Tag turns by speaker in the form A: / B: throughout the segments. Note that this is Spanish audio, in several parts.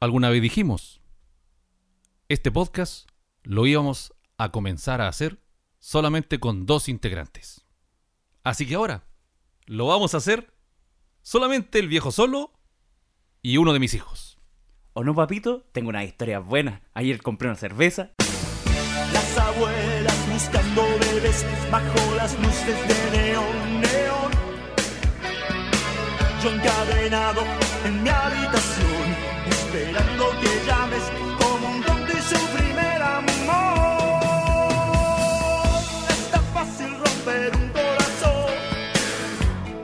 A: Alguna vez dijimos, este podcast lo íbamos a comenzar a hacer solamente con dos integrantes. Así que ahora lo vamos a hacer solamente el viejo solo y uno de mis hijos.
B: ¿O no, papito? Tengo unas historias buenas. Ayer compré una cerveza.
C: Las abuelas buscando bebés bajo las luces de neón, neón. Yo encadenado en mi habitación, esperando que llames como un don de su primer amor. Es tan fácil romper un corazón,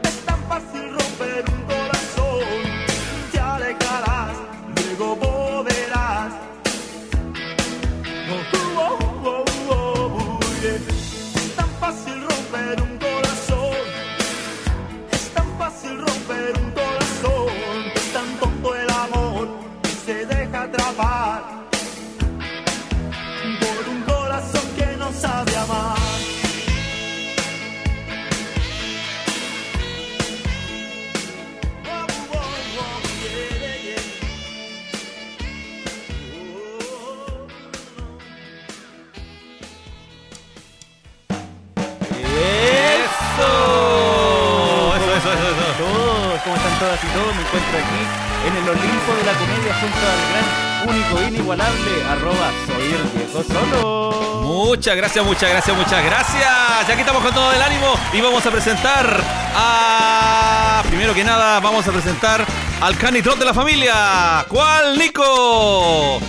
C: es tan fácil romper un corazón. Te alejarás, luego volverás. Oh, oh, oh, oh, oh, yeah. Es tan fácil romper un corazón. Es tan fácil romper un corazón. Es tan tonto el amor que se deja atrapar por un corazón que no sabe amar. Oh, oh, oh, yeah, yeah, yeah. Oh, oh, oh.
A: ¡Eso! Eso, eso, eso, eso.
B: Todos, ¿cómo están todas y todos? Me encuentro aquí en el Olimpo de la comedia junto al gran, único, inigualable, arroba soy el viejo solo.
A: Muchas gracias, muchas gracias, muchas gracias. Y aquí estamos con todo el ánimo y vamos a presentar a... Primero que nada, vamos a presentar al canitrón de la familia. ¿Cuál, Nico?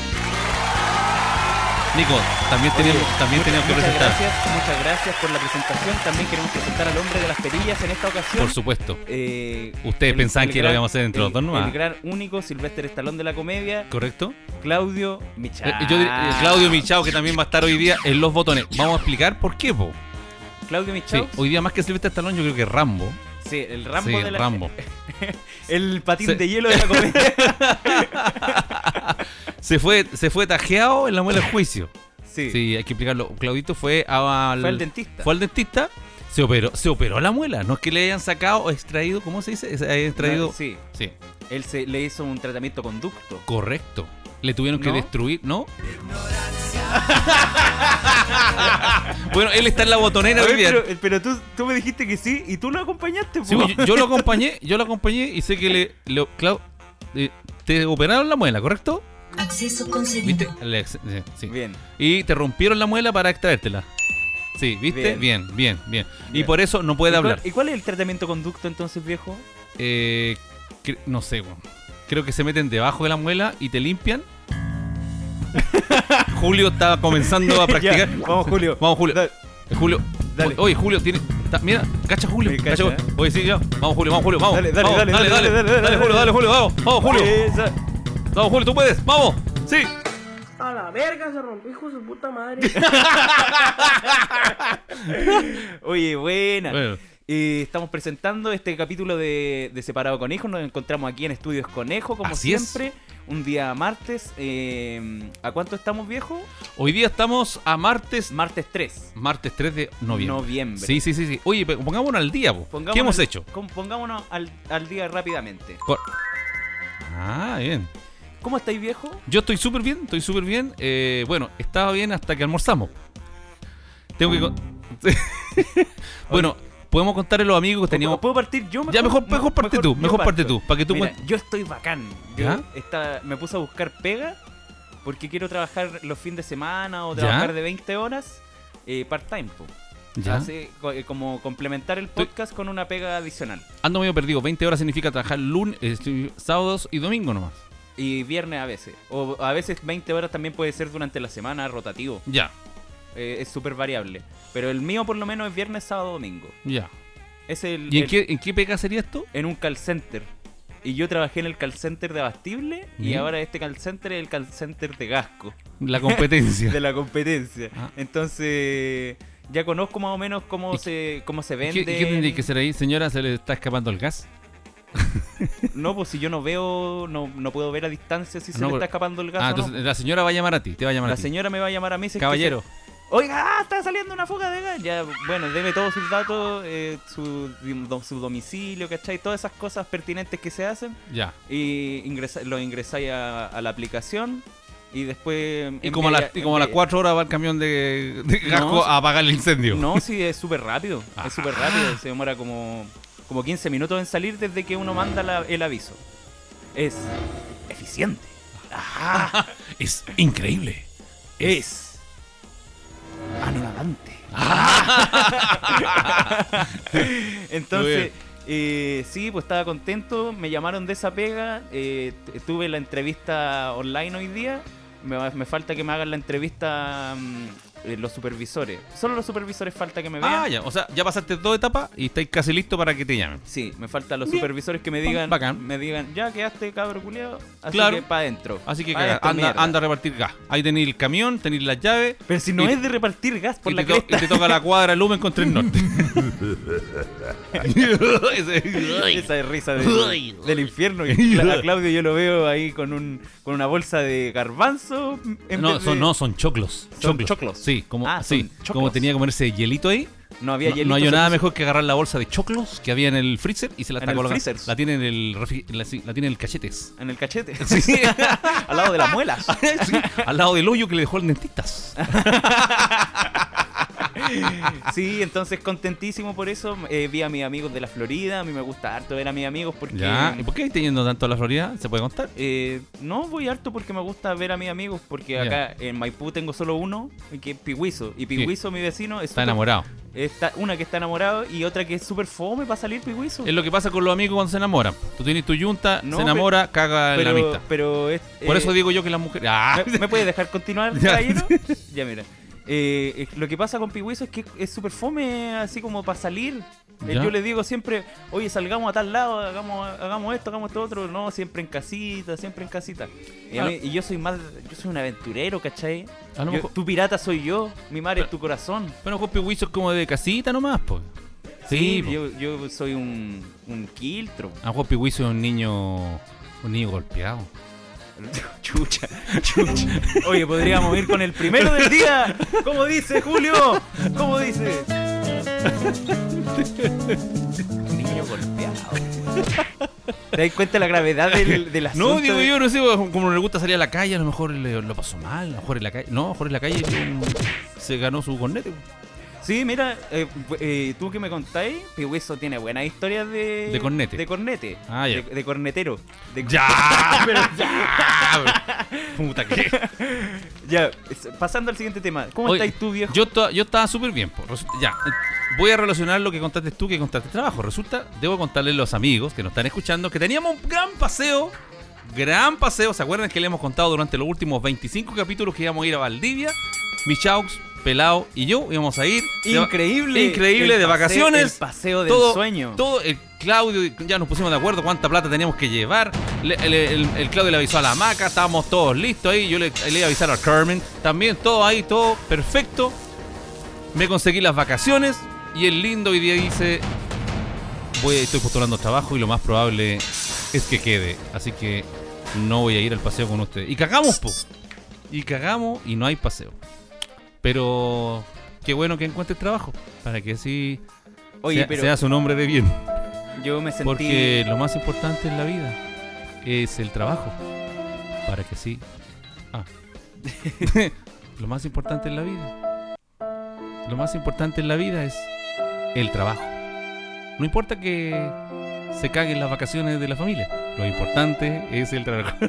A: Nico, también teníamos, también teníamos que
B: Muchas
A: presentar.
B: gracias, muchas gracias por la presentación. También queremos presentar al hombre de las perillas en esta ocasión.
A: Por supuesto.
B: Eh,
A: Ustedes pensaban que lo
B: gran-
A: íbamos a hacer entre
B: el-
A: los dos nomás.
B: El gran único, Silvestre Estalón de la comedia,
A: ¿Correcto?
B: Claudio
A: Eh,
B: Michal.
A: yo dir- eh, Claudio Michao, que también va a estar hoy día en los botones. Vamos a explicar por qué, po.
B: Claudio
A: Sí,
B: Michal. Sí,
A: hoy día más que Silvestre Stallone, yo creo que Rambo.
B: el Rambo
A: sí,
B: de la
A: Rambo.
B: El patín
A: Sí.
B: de hielo de la comedia.
A: Se fue, se fue tajeado en la muela del juicio.
B: Sí.
A: Sí, hay que explicarlo. Claudito fue al,
B: Fue al dentista.
A: Fue al dentista, se operó, se operó la muela. No es que le hayan sacado o extraído, ¿cómo se dice? Es- eh, Extraído.
B: No,
A: sí.
B: sí. Él se, le hizo un tratamiento conducto.
A: correcto. Le tuvieron que
B: ¿No?
A: destruir, ¿no? bueno, él está en la botonera hoy
B: Oye,
A: día.
B: pero pero tú, tú me dijiste que sí y tú lo acompañaste.
A: Sí, pues,
B: po.
A: yo, yo lo acompañé, yo lo acompañé y sé que le, le- Clau, eh, te operaron la muela, ¿correcto?
D: Acceso
A: ¿Viste?
D: concedido.
A: Le- eh, sí.
B: Bien.
A: Y te rompieron la muela para extraértela. Sí, ¿viste? Bien, bien, bien. Y
B: Bien.
A: por eso no puede
B: ¿Y cuál-
A: hablar.
B: ¿Y cuál es el tratamiento conducto entonces, viejo?
A: Eh, cre- no sé, weón. Creo que se meten debajo de la muela y te limpian. Julio estaba comenzando a practicar.
B: Ya, vamos, Julio.
A: Vamos, Julio.
B: Da-
A: Eh, Julio.
B: Dale.
A: Oye, Julio, tiene. ta- mira, cacha Julio.
B: Me
A: cacha,
B: cacha,
A: Julio.
B: ¿eh?
A: Oye, sí, ya. Vamos, Julio, vamos, Julio, vamos.
B: Dale, dale,
A: Vamos,
B: dale,
A: dale, dale, dale,
B: dale,
A: Julio, dale, Julio, vamos. Vamos, Julio.
B: Esa.
A: Vamos, Julio, tú puedes. Vamos. Sí.
E: A la verga se rompió, hijo de su puta madre.
B: Oye, buena.
A: Bueno.
B: Eh, estamos presentando este capítulo de, de Separado Conejos. Nos encontramos aquí en Estudios Conejo, como
A: Así es.
B: siempre. Un día martes. eh, ¿A cuánto estamos, viejo?
A: Hoy día estamos a martes.
B: Martes 3.
A: Martes 3 de noviembre.
B: Noviembre.
A: Sí, sí, sí, sí. Oye, pe- pongámonos al día, po.
B: Pongámonos
A: ¿Qué hemos
B: al-
A: hecho?
B: com- Pongámonos al, al día rápidamente.
A: Cor- Ah, bien.
B: ¿Cómo estáis, viejo?
A: Yo estoy súper bien, estoy súper bien. Eh, bueno, estaba bien hasta que almorzamos. Tengo que. con- bueno, podemos contarle a los amigos que teníamos.
B: ¿Puedo partir yo?
A: Ya, mejor, mejor parte tú,
B: yo
A: mejor parte
B: parto.
A: tú. Para que tú
B: Mira,
A: cuen-
B: yo estoy bacán. Yo
A: ¿Ya?
B: esta- me puse a buscar pega porque quiero trabajar los fines de semana o
A: ¿Ya?
B: trabajar de 20 horas eh, part-time. po.
A: Ya.
B: Así, co- eh, como complementar el podcast con una pega adicional.
A: Ando medio perdido. 20 horas significa trabajar lunes, eh, sábados y domingo nomás.
B: Y viernes a veces. O a veces 20 horas también puede ser durante la semana rotativo.
A: Ya,
B: Eh, es súper variable. Pero el mío por lo menos es viernes, sábado, domingo.
A: ya.
B: Es el,
A: ¿Y en
B: el-
A: qué, en qué pega sería esto?
B: en un call center. Y yo trabajé en el call center de Abastible y
A: ¿Ya?
B: ahora este call center es el call center de Gasco.
A: La competencia.
B: de la competencia.
A: Ah.
B: Entonces, ya conozco más o menos cómo
A: ¿Y
B: se cómo se
A: ¿Qué,
B: vende.
A: ¿Qué tendría que ser ahí? Señora, se le está escapando el gas.
B: No, pues si yo no veo, no, no puedo ver a distancia si se
A: No,
B: le
A: pero-
B: está escapando el gas
A: Ah,
B: o no.
A: entonces la señora va a llamar a ti, te va a llamar
B: La
A: a ti.
B: señora me va a llamar a mí. si es que
A: Caballero,
B: se- Oiga, ah, está saliendo una fuga de gas. Ya, bueno, deme todos sus datos, eh, su, dom- su domicilio, ¿cachai? Todas esas cosas pertinentes que se hacen.
A: Ya.
B: Y ingresa, lo ingresáis a, a la aplicación. Y después.
A: Y como, a las, y como a las 4 horas va el camión de, de
B: No,
A: Gasco
B: sí.
A: a apagar el incendio.
B: No, sí, es súper rápido.
A: Ah.
B: Es súper rápido. Se demora como, como 15 minutos en salir desde que uno manda la- el aviso. Es eficiente.
A: Es increíble.
B: Es anonadante.
A: Ah.
B: Entonces, eh, sí, pues estaba contento. Me llamaron de esa pega. eh, t- tuve la entrevista online hoy día. Me, va- me falta que me hagan la entrevista mm, eh, los supervisores. Solo los supervisores falta que me vean.
A: Ah, ya. O sea, ya pasaste dos etapas y estáis casi listo para que te llamen.
B: Sí, me faltan los
A: Bien.
B: supervisores que me digan,
A: Bacán.
B: me digan, ya quedaste cabro culiado, así
A: Claro.
B: que para adentro.
A: Así que
B: Pa'
A: cagá,
B: dentro,
A: anda,
B: mierda.
A: anda a repartir gas. Ahí tenéis el camión, tenéis las llaves.
B: Pero si no
A: y-
B: es de repartir gas por
A: y
B: la
A: te to-
B: cresta.
A: y te toca la cuadra el lumen contra el norte. Ese-
B: Esa es risa de- del infierno. Y Cla- a Claudio yo lo veo ahí con un con una bolsa de garbanzo. en
A: no,
B: vez
A: son,
B: de-
A: no, son choclos.
B: Son choclos.
A: Sí, como,
B: Ah,
A: sí,
B: son choclos.
A: como tenía que comerse hielito ahí.
B: No había
A: No,
B: hielito,
A: no hay
B: se
A: nada
B: puso-
A: mejor que agarrar la bolsa de choclos que había en el freezer y se la
B: En
A: está
B: el
A: colocando.
B: freezer.
A: La tiene en el, refri- la, sí, la tiene en el cachetes.
B: En el cachete.
A: Sí.
B: Al lado de las muelas.
A: Sí, al lado del hoyo que le dejó el dentistas.
B: Sí, entonces contentísimo por eso. Eh, vi a mis amigos de la Florida. A mí me gusta harto ver a mis amigos porque.
A: Ya. ¿Y por qué estáis yendo tanto a la Florida? ¿Se puede contar?
B: Eh, no voy harto porque me gusta ver a mis amigos, porque
A: Ya.
B: acá en Maipú tengo solo uno, que es Pigüizo. Y Pigüizo, mi vecino, es
A: Está
B: súper-
A: enamorado.
B: está- una que está enamorado y otra que es súper fome para salir Pigüizo.
A: Es lo que pasa con los amigos cuando se enamoran. Tú tienes tu yunta,
B: No,
A: se enamora, caga en la amistad.
B: pero es-
A: Por
B: eh,
A: eso digo yo que las mujeres. ¡Ah!
B: ¿Me, me puedes dejar continuar,
A: Ya.
B: caballero? Ya, mira. Eh, eh, lo que pasa con Pigüizo es que es súper fome, así como para salir. Eh,
A: Ya.
B: Yo le digo siempre, oye, salgamos a tal lado, hagamos, hagamos esto, hagamos esto otro. No, siempre en casita, siempre en casita. Y, a
A: Claro.
B: mí- y yo soy más, yo soy un aventurero, ¿cachai?
A: Ah. A lo
B: Yo-
A: mejor-
B: tu pirata soy yo, mi madre es tu corazón.
A: Bueno, Juan Pihuizo es como de casita nomás, pues. Sí, po.
B: yo, yo soy un, un quiltro.
A: A Juan Pihuizo es un niño. Un niño golpeado.
B: Chucha, chucha. Oye, podríamos ir con el primero del día. ¿Cómo dice Julio? ¿Cómo dice? Niño golpeado. ¿Te das cuenta de la gravedad del, del asunto?
A: No, digo yo, no sé, como le gusta salir a la calle, a lo mejor le- lo pasó mal, a lo mejor en la calle. No, a lo mejor en la calle mm, se ganó su cornete. po.
B: Sí, mira, eh, eh, tú que me contáis, Pihueso tiene buenas historias de...
A: De cornete.
B: De cornete.
A: Ah, ya.
B: De, de cornetero. De-
A: ¡Ya! pero ¡Ya! pero, Puta que.
B: Ya, es- pasando al siguiente tema. ¿Cómo
A: Oye,
B: estáis tú, viejo?
A: Yo, to- yo estaba súper bien. po. Resu- Ya, eh, voy a relacionar lo que contaste tú que contaste trabajo. Resulta, debo contarles a los amigos que nos están escuchando que teníamos un gran paseo. Gran paseo. ¿Se acuerdan que le hemos contado durante los últimos 25 capítulos que íbamos a ir a Valdivia? Michaux, Pelao y yo íbamos a ir. de va-
B: Increíble.
A: Increíble,
B: El
A: de
B: paseo-
A: vacaciones.
B: el paseo del sueño.
A: Todo el Claudio, ya nos pusimos de acuerdo cuánta plata teníamos que llevar. Le- el, el- el Claudio le avisó a la maca, estábamos todos listos ahí. Yo le, le iba a avisar a Carmen. También todo ahí, todo perfecto. Me conseguí las vacaciones y el lindo hoy día dice: voy, Estoy postulando trabajo y lo más probable es que quede. Así que no voy a ir al paseo con usted. Y cagamos, po. Y cagamos y no hay paseo. Pero qué bueno que encuentres trabajo. Para que así
B: Oye,
A: sea,
B: pero
A: seas un hombre de bien.
B: yo me sentí...
A: Porque lo más importante en la vida es el trabajo. Para que sí. Ah. lo más importante en la vida. Lo más importante en la vida es el trabajo. No importa que se caguen las vacaciones de la familia. Lo importante es el trabajo.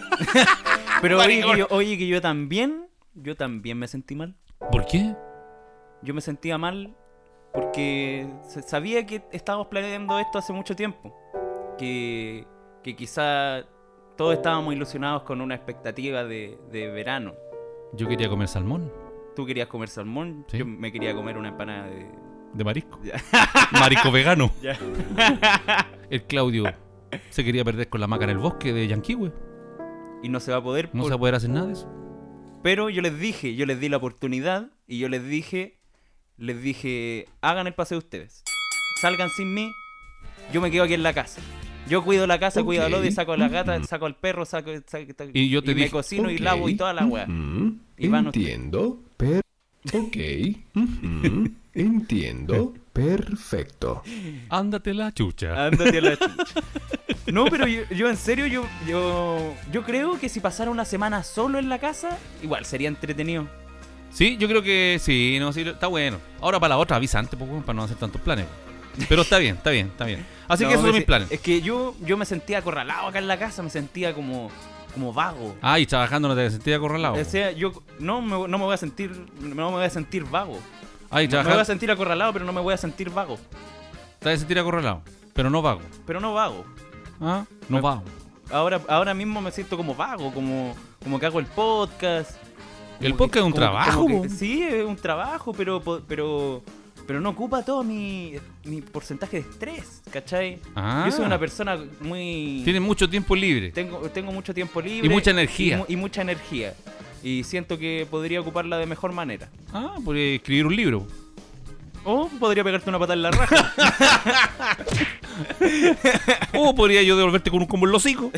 B: Pero oye
A: Maricón.
B: que, yo, oye que yo también, yo también me sentí mal.
A: ¿Por qué?
B: Yo me sentía mal porque se- sabía que estábamos planeando esto hace mucho tiempo. Que, que quizá todos estábamos ilusionados con una expectativa de, de verano.
A: Yo quería comer salmón
B: Tú querías comer salmón,
A: Sí.
B: yo me quería comer una empanada de...
A: de marisco.
B: Ya.
A: Marico vegano.
B: Ya.
A: El Claudio se quería perder con la maca en el bosque de Yanquihue.
B: Y no se va a poder.
A: No se
B: por-
A: va a poder hacer nada de eso.
B: Pero yo les dije, yo les di la oportunidad y yo les dije, les dije, hagan el paseo ustedes. Salgan sin mí, yo me quedo aquí en la casa. Yo cuido la casa, cuido al Lodi, saco a la gata, saco al perro, saco, saco-
A: Mm. Y yo te
B: me
A: dije,
B: cocino y
D: Ok.
B: lavo y toda la weá.
D: Mm,
B: Y van ustedes.
D: entiendo, pero Ok. ujú, Entiendo. Perfecto.
A: Ándate la chucha.
B: Ándate a la chucha. No, pero yo, yo en serio, yo, yo, yo creo que si pasara una semana solo en la casa, igual sería entretenido.
A: Sí, yo creo que sí, no, sí, está bueno. Ahora para la otra, avisa antes, pues, weón, para no hacer tantos planes. weón. Pero está bien, está bien, está bien. Así
B: No,
A: que esos son
B: me-
A: mis planes.
B: Es que yo, yo me sentía acorralado acá en la casa, me sentía como, como vago.
A: Ah, y trabajando no te sentías acorralado.
B: O sea, yo no me, no me voy a sentir, no me voy a sentir vago.
A: Ah, y
B: Me voy a
A: trabajar,
B: sentir acorralado, pero no me voy a sentir vago.
A: te vas a sentir acorralado. Pero no vago.
B: Pero no vago.
A: Ah, no
B: Me-
A: vago.
B: Ahora, ahora mismo me siento como vago, como, como que hago el podcast.
A: El
B: Como
A: podcast
B: que-
A: es un
B: como-
A: trabajo,
B: como que-
A: po.
B: sí, es un trabajo, pero, po- pero, pero no ocupa todo mi, mi porcentaje de estrés, ¿cachai?
A: Ah.
B: Yo soy una persona muy...
A: Tienes mucho tiempo libre.
B: Tengo, tengo mucho tiempo libre.
A: Y mucha energía.
B: Y, mu- y mucha energía. Y siento que podría ocuparla de mejor manera.
A: Ah, podría escribir un libro. Oh.
B: O podría pegarte una patada en la raja.
A: O podría yo devolverte con un combo en los hocico.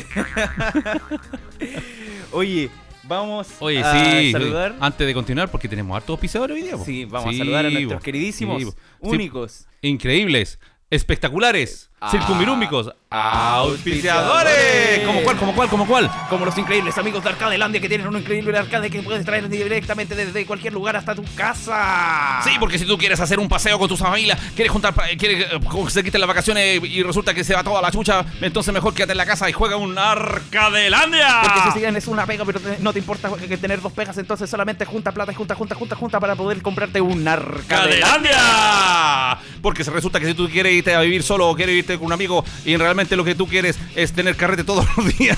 B: Oye, vamos
A: Oye,
B: a
A: sí.
B: Ah, saludar.
A: Antes de continuar, porque tenemos hartos pisadores hoy día. po.
B: Sí, vamos
A: Sí,
B: a saludar a
A: po.
B: nuestros queridísimos,
A: Sí, po. Sí,
B: únicos.
A: increíbles, espectaculares,
B: Ah.
A: circunvirúmbicos, auspiciadores. ¿Como cuál, como cuál, como cuál?
B: Como los increíbles amigos de Arcadelandia que tienen un increíble arcade que puedes traer directamente desde cualquier lugar hasta tu casa.
A: Sí, porque si tú quieres hacer un paseo con tus familia, quieres juntar, pa- quieres eh, conseguirte las vacaciones y resulta que se va toda la chucha, entonces mejor quédate en la casa y juega un Arcadelandia.
B: Porque si siguen es una pega, pero te- no te importa que tener dos pegas, entonces solamente junta plata y junta, junta, junta, junta para poder comprarte un arcade.
A: ¡Cadelandia! Porque se resulta que si tú quieres irte a vivir solo o quieres irte con un amigo y realmente lo que tú quieres es tener carrete todos los días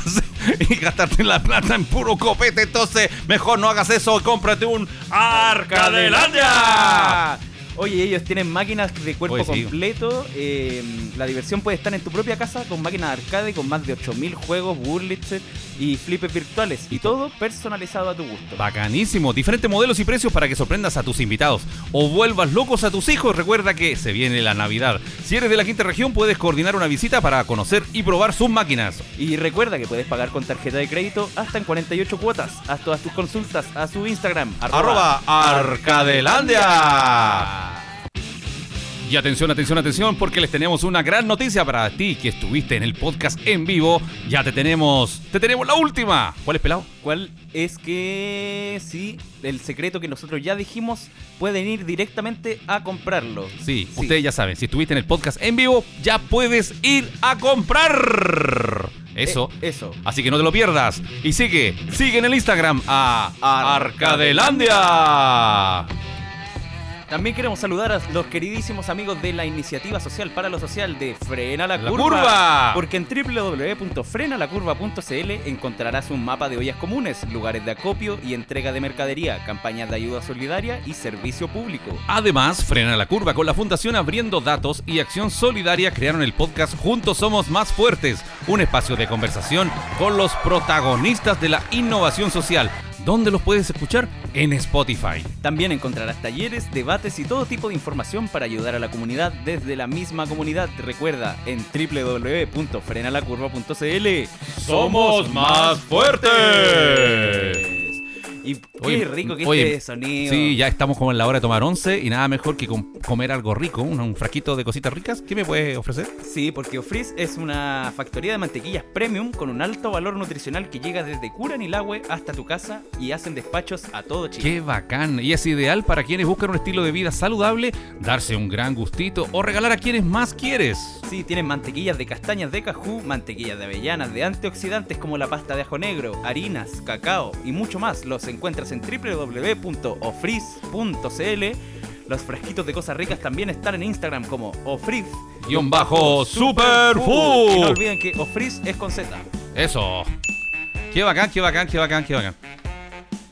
A: y gastarte la plata en puro copete, entonces mejor no hagas eso, cómprate un Arcadelandia.
B: Oye, ellos tienen máquinas de cuerpo
A: Oye, sí.
B: completo. eh, la diversión puede estar en tu propia casa con máquinas de arcade con más de 8000 juegos, burlitzer y flippers virtuales. Y todo personalizado a tu gusto.
A: Bacanísimo, diferentes modelos y precios para que sorprendas a tus invitados o vuelvas locos a tus hijos. Recuerda que se viene la Navidad. Si eres de la quinta región, puedes coordinar una visita para conocer y probar sus máquinas.
B: Y recuerda que puedes pagar con tarjeta de crédito hasta en 48 cuotas. Haz todas tus consultas a su Instagram.
A: arroba Arcadelandia. Y atención, atención, atención, porque les tenemos una gran noticia para ti que estuviste en el podcast en vivo. Ya te tenemos, te tenemos la última. ¿Cuál es pelado?
B: ¿Cuál es que sí? El secreto que nosotros ya dijimos, pueden ir directamente a comprarlo. Eh,
A: Sí, ustedes ya saben, si estuviste en el podcast en vivo, ya puedes ir a comprar. Eso.
B: Eh, eso.
A: Así que no te lo pierdas. Y sigue, sigue en el Instagram a Arcadelandia.
B: También queremos saludar a los queridísimos amigos de la iniciativa social para lo social de Frena la,
A: La
B: curva,
A: Curva.
B: Porque en www.frenalacurva.cl encontrarás un mapa de ollas comunes, lugares de acopio y entrega de mercadería, campañas de ayuda solidaria y servicio público.
A: Además, Frena la Curva con la Fundación Abriendo Datos y Acción Solidaria crearon el podcast Juntos Somos Más Fuertes, un espacio de conversación con los protagonistas de la innovación social, donde los puedes escuchar en Spotify.
B: También encontrarás talleres, debates y todo tipo de información para ayudar a la comunidad desde la misma comunidad. Recuerda, en www.frenalacurva.cl
A: ¡Somos más fuertes!
B: Y qué rico que
A: oye,
B: este sonido.
A: Sí, ya estamos como en la hora de tomar once y nada mejor que com- comer algo rico, un, un fraquito de cositas ricas. ¿Qué me puede ofrecer?
B: Sí, porque Ofriz es una factoría de mantequillas premium con un alto valor nutricional que llega desde Curanilagüe hasta tu casa y hacen despachos a todo Chile.
A: Qué bacán. Y es ideal para quienes buscan un estilo de vida saludable, darse un gran gustito o regalar a quienes más quieres.
B: Sí, tienen mantequillas de castañas de cajú, mantequillas de avellanas, de antioxidantes como la pasta de ajo negro, harinas, cacao y mucho más. Los encuentras en www.ofriz.cl. Los frasquitos de cosas ricas también están en Instagram como ofriz.
A: Guión bajo
B: Y no
A: Superfood.
B: olviden que ofriz es con Z.
A: Eso. Qué bacán, qué bacán, qué bacán, qué bacán.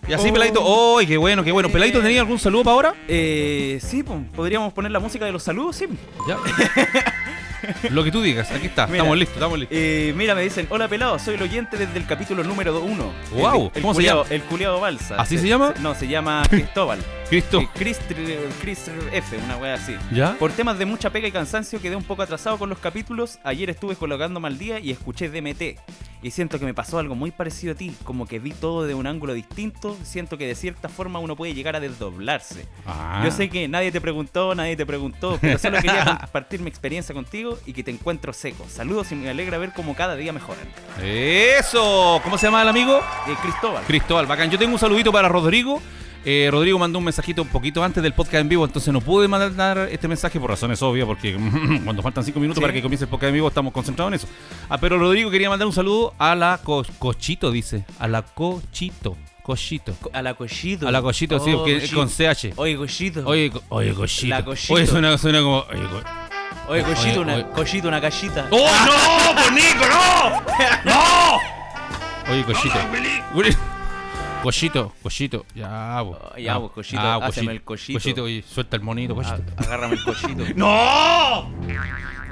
A: Y así,
B: Oh.
A: Peladito. ¡Ay, qué bueno, qué bueno! ¿Peladito tenía algún saludo para ahora?
B: Eh, sí, po, podríamos poner la música de los saludos, sí.
A: Ya. Lo que tú digas, aquí está.
B: Mira.
A: estamos listos, estamos listos.
B: Eh, mira, me dicen, hola pelado, soy el oyente desde el capítulo número 1.
A: Guau,
B: el,
A: ¿cómo se
B: culiao- El culiado Balsa.
A: ¿Así se llama?
B: No, se llama Cristóbal.
A: Cristo.
B: Eh, Chris, Tr- Chris F, una wea así.
A: ¿Ya?
B: Por temas de mucha pega y cansancio quedé un poco atrasado con los capítulos. Ayer estuve colocándome al día y escuché DMT. Y siento que me pasó algo muy parecido a ti, como que vi todo de un ángulo distinto, siento que de cierta forma uno puede llegar a desdoblarse.
A: Ah.
B: Yo sé que nadie te preguntó, nadie te preguntó, pero solo quería compartir mi experiencia contigo y que te encuentro seco. Saludos y me alegra ver cómo cada día mejoran.
A: ¡Eso! ¿Cómo se llama el amigo?
B: Eh, Cristóbal.
A: Cristóbal, bacán. Yo tengo un saludito para Rodrigo. Eh, Rodrigo mandó un mensajito un poquito antes del podcast en vivo, entonces no pude mandar este mensaje por razones obvias, porque cuando faltan cinco minutos
B: Sí.
A: para que comience el podcast en vivo estamos concentrados en eso. Ah, pero Rodrigo quería mandar un saludo a la Co- Cochito, dice. A la Cochito. Cochito.
B: a la Cochito.
A: A la Cochito, sí,
B: Oh,
A: porque-
B: Cochito.
A: con CH.
B: Oye, Cochito.
A: Oye, co- oye, Cochito.
B: La Cochito.
A: Oye, suena, suena como. oye, co-
B: Oye, Cochito,
A: Oye,
B: una,
A: oye.
B: Cochito, una callita.
A: ¡Oh, no! ¡Por Nico, no! ¡No! Oye, Cochito. Willy. Cochito, Cochito. Ya, vos.
B: Ah, ya, vos, Cochito. Háceme el Cochito.
A: oye, suelta el monito,
B: Ah,
A: Cochito.
B: Agárrame el Cochito.
A: ¡No!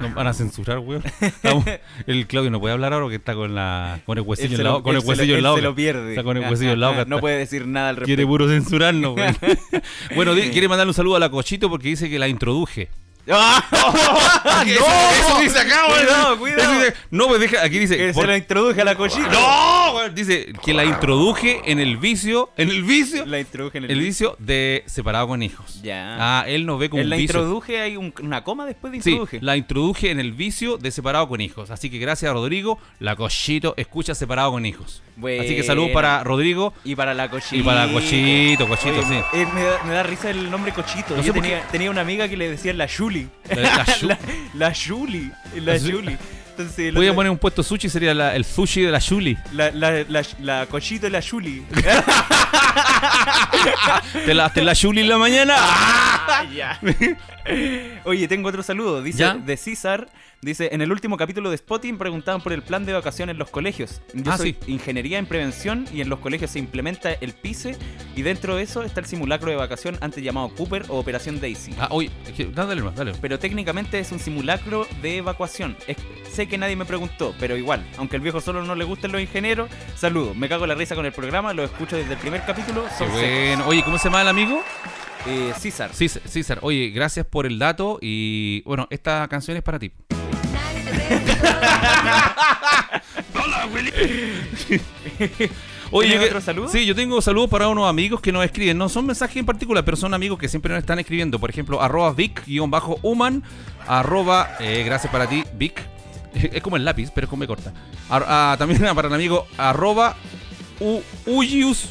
A: Nos van a censurar, weón. Vamos. El Claudio no puede hablar ahora porque está con, la, con el
B: Él
A: huesillo
B: se
A: en
B: lo-
A: la boca. Con el
B: él se lo-
A: huesillo en la
B: él
A: boca.
B: se lo pierde.
A: Está con el huesillo en la boca.
B: No
A: está-
B: puede decir nada al respecto.
A: Quiere puro censurarnos, weón. Bueno, di- quiere mandarle un saludo a la Cochito porque dice que la introduje.
B: ¡Ah!
A: ¡No! Eso dice acá, weón.
B: Cuidado, cuidado.
A: Eso dice- No, pues deja, aquí dice.
B: Que
A: por-
B: se la introduje a la Cochito.
A: ¡No! weón! Dice que la introduje en el vicio. En el vicio.
B: La introduje en el.
A: El vicio de separado con hijos.
B: Ya.
A: Ah, él no ve como
B: En
A: un
B: la
A: vicio.
B: introduje hay un- una coma después de
A: Sí,
B: introduje.
A: la introduje en el vicio de separado con hijos. Así que gracias a Rodrigo, la Cochito escucha separado con hijos. Así que saludos
B: Buena.
A: para Rodrigo.
B: Y para la Cochito.
A: Y para la Cochito, Cochito,
B: Oye,
A: sí.
B: eh, me, da, me da risa el nombre Cochito.
A: No sé
B: Yo
A: por
B: tenía, tenía una amiga que le decía la Yuli.
A: La- la Yu-
B: la, la Yuli. La
A: La Yu-
B: Yuli. Entonces, el
A: Voy a
B: otro-
A: poner un puesto sushi, sería la- el sushi de la Yuli.
B: La, la, la, la Cochito y la Yuli.
A: ¿Te la, te la Yuli en la mañana?
B: Ah, ya. Oye, tengo otro saludo. Dice
A: ¿Ya?
B: de César. Dice, en el último capítulo de Spotting preguntaban por el plan de vacaciones en los colegios. Yo
A: Ah,
B: soy
A: sí.
B: ingeniería en prevención y en los colegios se implementa el PICE y dentro de eso está el simulacro de vacación antes llamado Cooper o Operación Daisy.
A: Ah, oye, es que- dale más, dale.
B: Pero técnicamente es un simulacro de evacuación. Es- sé que nadie me preguntó, pero igual, aunque al viejo solo no le gusten los ingenieros, saludo. Me cago en la risa con el programa, lo escucho desde el primer capítulo.
A: Qué
B: Son
A: bueno. Oye, ¿cómo se llama el amigo?
B: secos. Eh, César.
A: César, César, oye, gracias por el dato y bueno, esta canción es para ti. Oye,
B: ¿Tienes
A: yo
B: otro saludo?
A: Sí, yo tengo saludos para unos amigos que nos escriben. No son mensajes en particular, pero son amigos que siempre nos están escribiendo. Por ejemplo, arroba Vic-Human, arroba, eh, gracias para ti, Vic. Es como el lápiz, pero es con B corta. Ar- ah, también para el amigo arroba U- Uyus.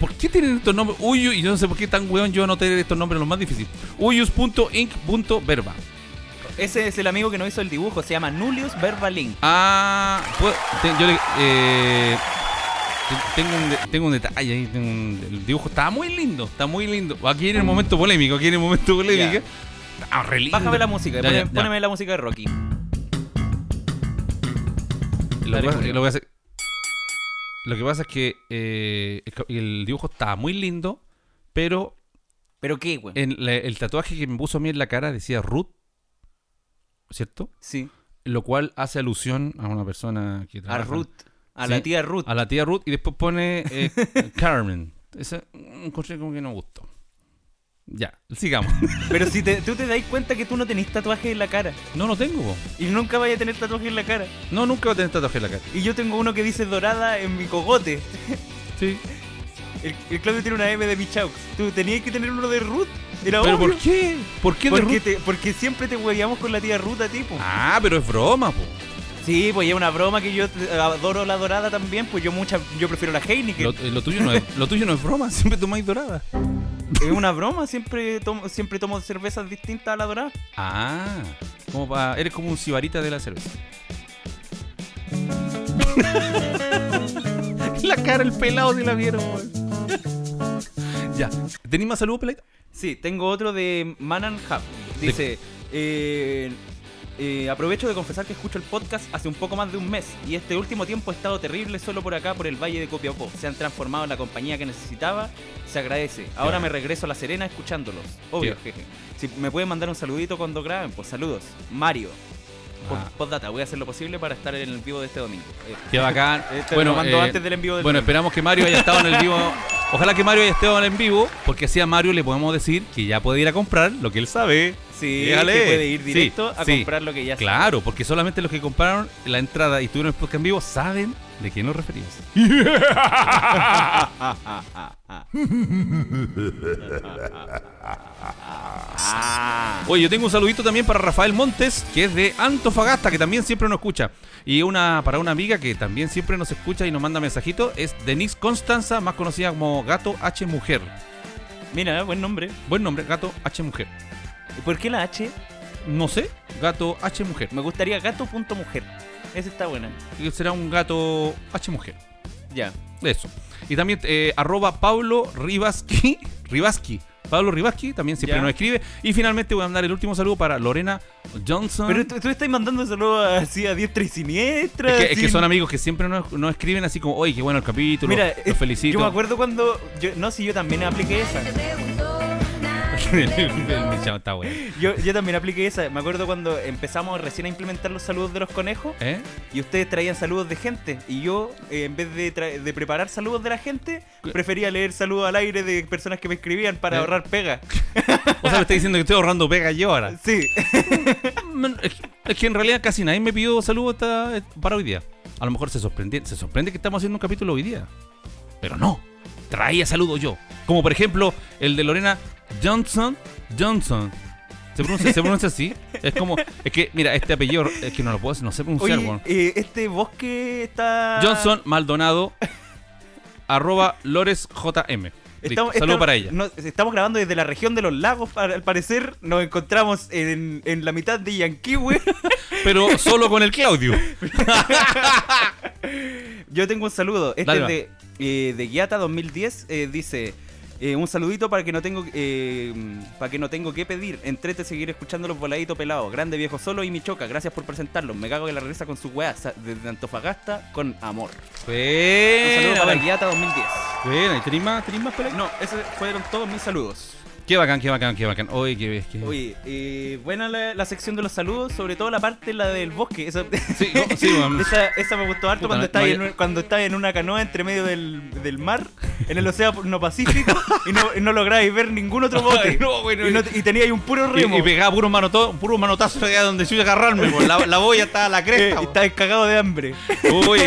A: ¿Por qué tienen estos nombres? Uyu, y yo no sé por qué tan weón yo no tener estos nombres los más difíciles. Uyus.inc.verba.
B: Ese es el amigo que no hizo el dibujo, se llama Nulius Verbalink.
A: Ah, pues, te- yo le, eh, te- tengo, un, de- tengo un detalle ahí. tengo un- el dibujo está muy lindo, está muy lindo. Aquí en el momento polémico, aquí en el momento polémico.
B: Mm. Ya.
A: Está re lindo.
B: Bájame la música,
A: Ya,
B: poneme,
A: ya, ya.
B: poneme la música de Rocky.
A: Lo, que
B: Dale,
A: pasa-
B: Julio.
A: lo voy a hacer- lo que pasa es que eh, el ca- el dibujo está muy lindo, pero
B: ¿Pero qué, güey?
A: en la- el tatuaje que me puso a mí en la cara decía Ruth, ¿cierto?
B: sí,
A: Lo cual hace alusión a una persona que
B: a
A: trabaja-
B: Ruth, a
A: Sí.
B: la tía Ruth.
A: a la tía Ruth y después pone eh, Carmen. Esa mm, encontré como que no gustó. Ya, sigamos.
B: Pero si te- tú te das cuenta que tú no tenés tatuaje en la cara,
A: No, no tengo. po.
B: y nunca vaya a tener tatuaje en la cara.
A: No, nunca va a tener tatuaje en la cara.
B: Y yo tengo uno que dice dorada en mi cogote.
A: Sí.
B: El, el Claudio tiene una M de Michaux. Tú tenías que tener uno de Ruth, era
A: ¿Pero
B: obvio.
A: por qué? ¿Por qué de
B: Porque,
A: Ruth?
B: te- porque siempre te hueveamos con la tía Ruth a ti, po.
A: Ah, pero es broma, po.
B: Sí, pues es una broma que yo eh, adoro la dorada también, pues yo mucha, yo prefiero la Heineken.
A: Lo, eh, lo tuyo no es, lo tuyo no es broma, siempre tomáis dorada.
B: Es una broma, siempre tomo, siempre tomo cervezas distintas a la dorada.
A: Ah, como pa- eres como un cibarita de la cerveza. la cara, el pelado, si la vieron, weón. ya. ¿Tenís más salud, pelado?
B: Sí, tengo otro de Manan Hub. Dice, eh, eh, aprovecho de confesar que escucho el podcast hace un poco más de un mes y este último tiempo he estado terrible solo por acá, por el Valle de Copiapó. Se han transformado en la compañía que necesitaba, se agradece. Ahora me regreso a La Serena escuchándolos. Obvio,
A: Qué-
B: jeje. Si me pueden mandar un saludito cuando graben, pues saludos. Mario. Post-
A: Ah.
B: Postdata, voy a hacer lo posible para estar en el vivo de este domingo. Eh,
A: Qué bacán.
B: eh, te
A: bueno,
B: lo mando
A: eh,
B: antes del envío del
A: bueno, esperamos que Mario haya estado en el vivo. Ojalá que Mario haya estado en el vivo, porque así a Mario le podemos decir que ya puede ir a comprar lo que él sabe.
B: Sí,
A: Déjale.
B: que puede ir
A: Sí,
B: directo a
A: sí.
B: comprar lo que ya sabe.
A: Claro, porque solamente los que compraron la entrada y tuvieron el podcast en vivo saben ¿De qué nos referimos?
B: Ah,
A: Oye, yo tengo un saludito también para Rafael Montes, que es de Antofagasta, que también siempre nos escucha. Y una para una amiga que también siempre nos escucha y nos manda mensajito, es Denise Constanza, más conocida como Gato H Mujer.
B: Mira, eh, buen nombre.
A: Buen nombre, Gato H Mujer.
B: ¿Por qué la H?
A: No sé, Gato H Mujer.
B: Me gustaría gato.mujer. Esa está buena.
A: Será un gato H Mujer.
B: Ya.
A: Eso. Y también eh, arroba Pablo Rivaski. Rivaski. Pablo Rivaski también siempre
B: Ya.
A: nos escribe. Y finalmente voy a mandar el último saludo para Lorena Johnson.
B: Pero tú, tú estás mandando saludos así a diestra y siniestra.
A: es, que, es
B: así.
A: que son amigos que siempre nos, nos escriben así como, oye, qué bueno el capítulo,
B: Mira,
A: los
B: eh,
A: felicito.
B: yo me acuerdo cuando. yo- no, si yo también apliqué esa.
A: Me llama esta wea.
B: Yo, yo también apliqué esa. Me acuerdo cuando empezamos recién a implementar los saludos de los conejos
A: ¿Eh?
B: y ustedes traían saludos de gente. Y yo, eh, en vez de, tra- de preparar saludos de la gente,
A: ¿Qué?
B: prefería leer saludos al aire de personas que me escribían para
A: ¿Eh?
B: ahorrar pega.
A: O sea, me está diciendo que estoy ahorrando pega yo ahora.
B: Sí.
A: Man, Es es que en realidad casi nadie me pidió saludos hasta- para hoy día. A lo mejor se sorprende, se sorprende que estamos haciendo un capítulo hoy día. Pero no, traía saludos yo. Como por ejemplo el de Lorena Johnson Johnson. ¿Se pronuncia, se pronuncia así? Es como, es que, mira, este apellido es que no lo puedo, no sé pronunciar,
B: Oye, ah.
A: weón.
B: eh, este bosque está.
A: Johnson Maldonado, arroba LoresJM. Listo, Saludo
B: Estamos, estamos-
A: para ella.
B: nos- estamos grabando desde la región de los lagos, pa- al parecer. Nos encontramos en, en la mitad de Yanquihue.
A: Pero solo con el Claudio.
B: Yo tengo un saludo. Este
A: Dale, va.
B: es de, eh, de Guiata 2010. eh, dice: eh, Un saludito para que no tengo eh, para que no tengo que pedir. Entrete seguir escuchando los voladitos pelados. Grande viejo solo y Michoca. Gracias por presentarlos. Me cago en la risa con su weá. Sa- Desde Antofagasta con amor. Un saludo
A: Buena,
B: para el
A: buena.
B: Guiata 2010.
A: Buena, ¿y tenés más? ¿Tenés más por ahí?
B: No, esos fueron todos mis saludos.
A: Qué bacán, qué bacán, qué bacán. Oye, qué qué-
B: Oye, eh, buena la, la sección de los saludos, sobre todo la parte la del bosque. Esa,
A: Sí, no, sí, weón.
B: esa, esa me gustó harto
A: Puta, no-
B: cuando, estás
A: no
B: en,
A: hay-
B: un- cuando estás en una canoa entre medio del, del mar, en el océano Pacífico, y no, y no lográis ver ningún otro bote.
A: Ay, no, güey, no,
B: y, no- y tenías ahí un puro
A: Y,
B: remo.
A: y pegaba puros manoto, puro manotazos allá donde yo iba a agarrarme, po. la, la boya estaba a la
B: Eh,
A: cresta.
B: y
A: po.
B: estabas cagado de hambre.
A: Uy.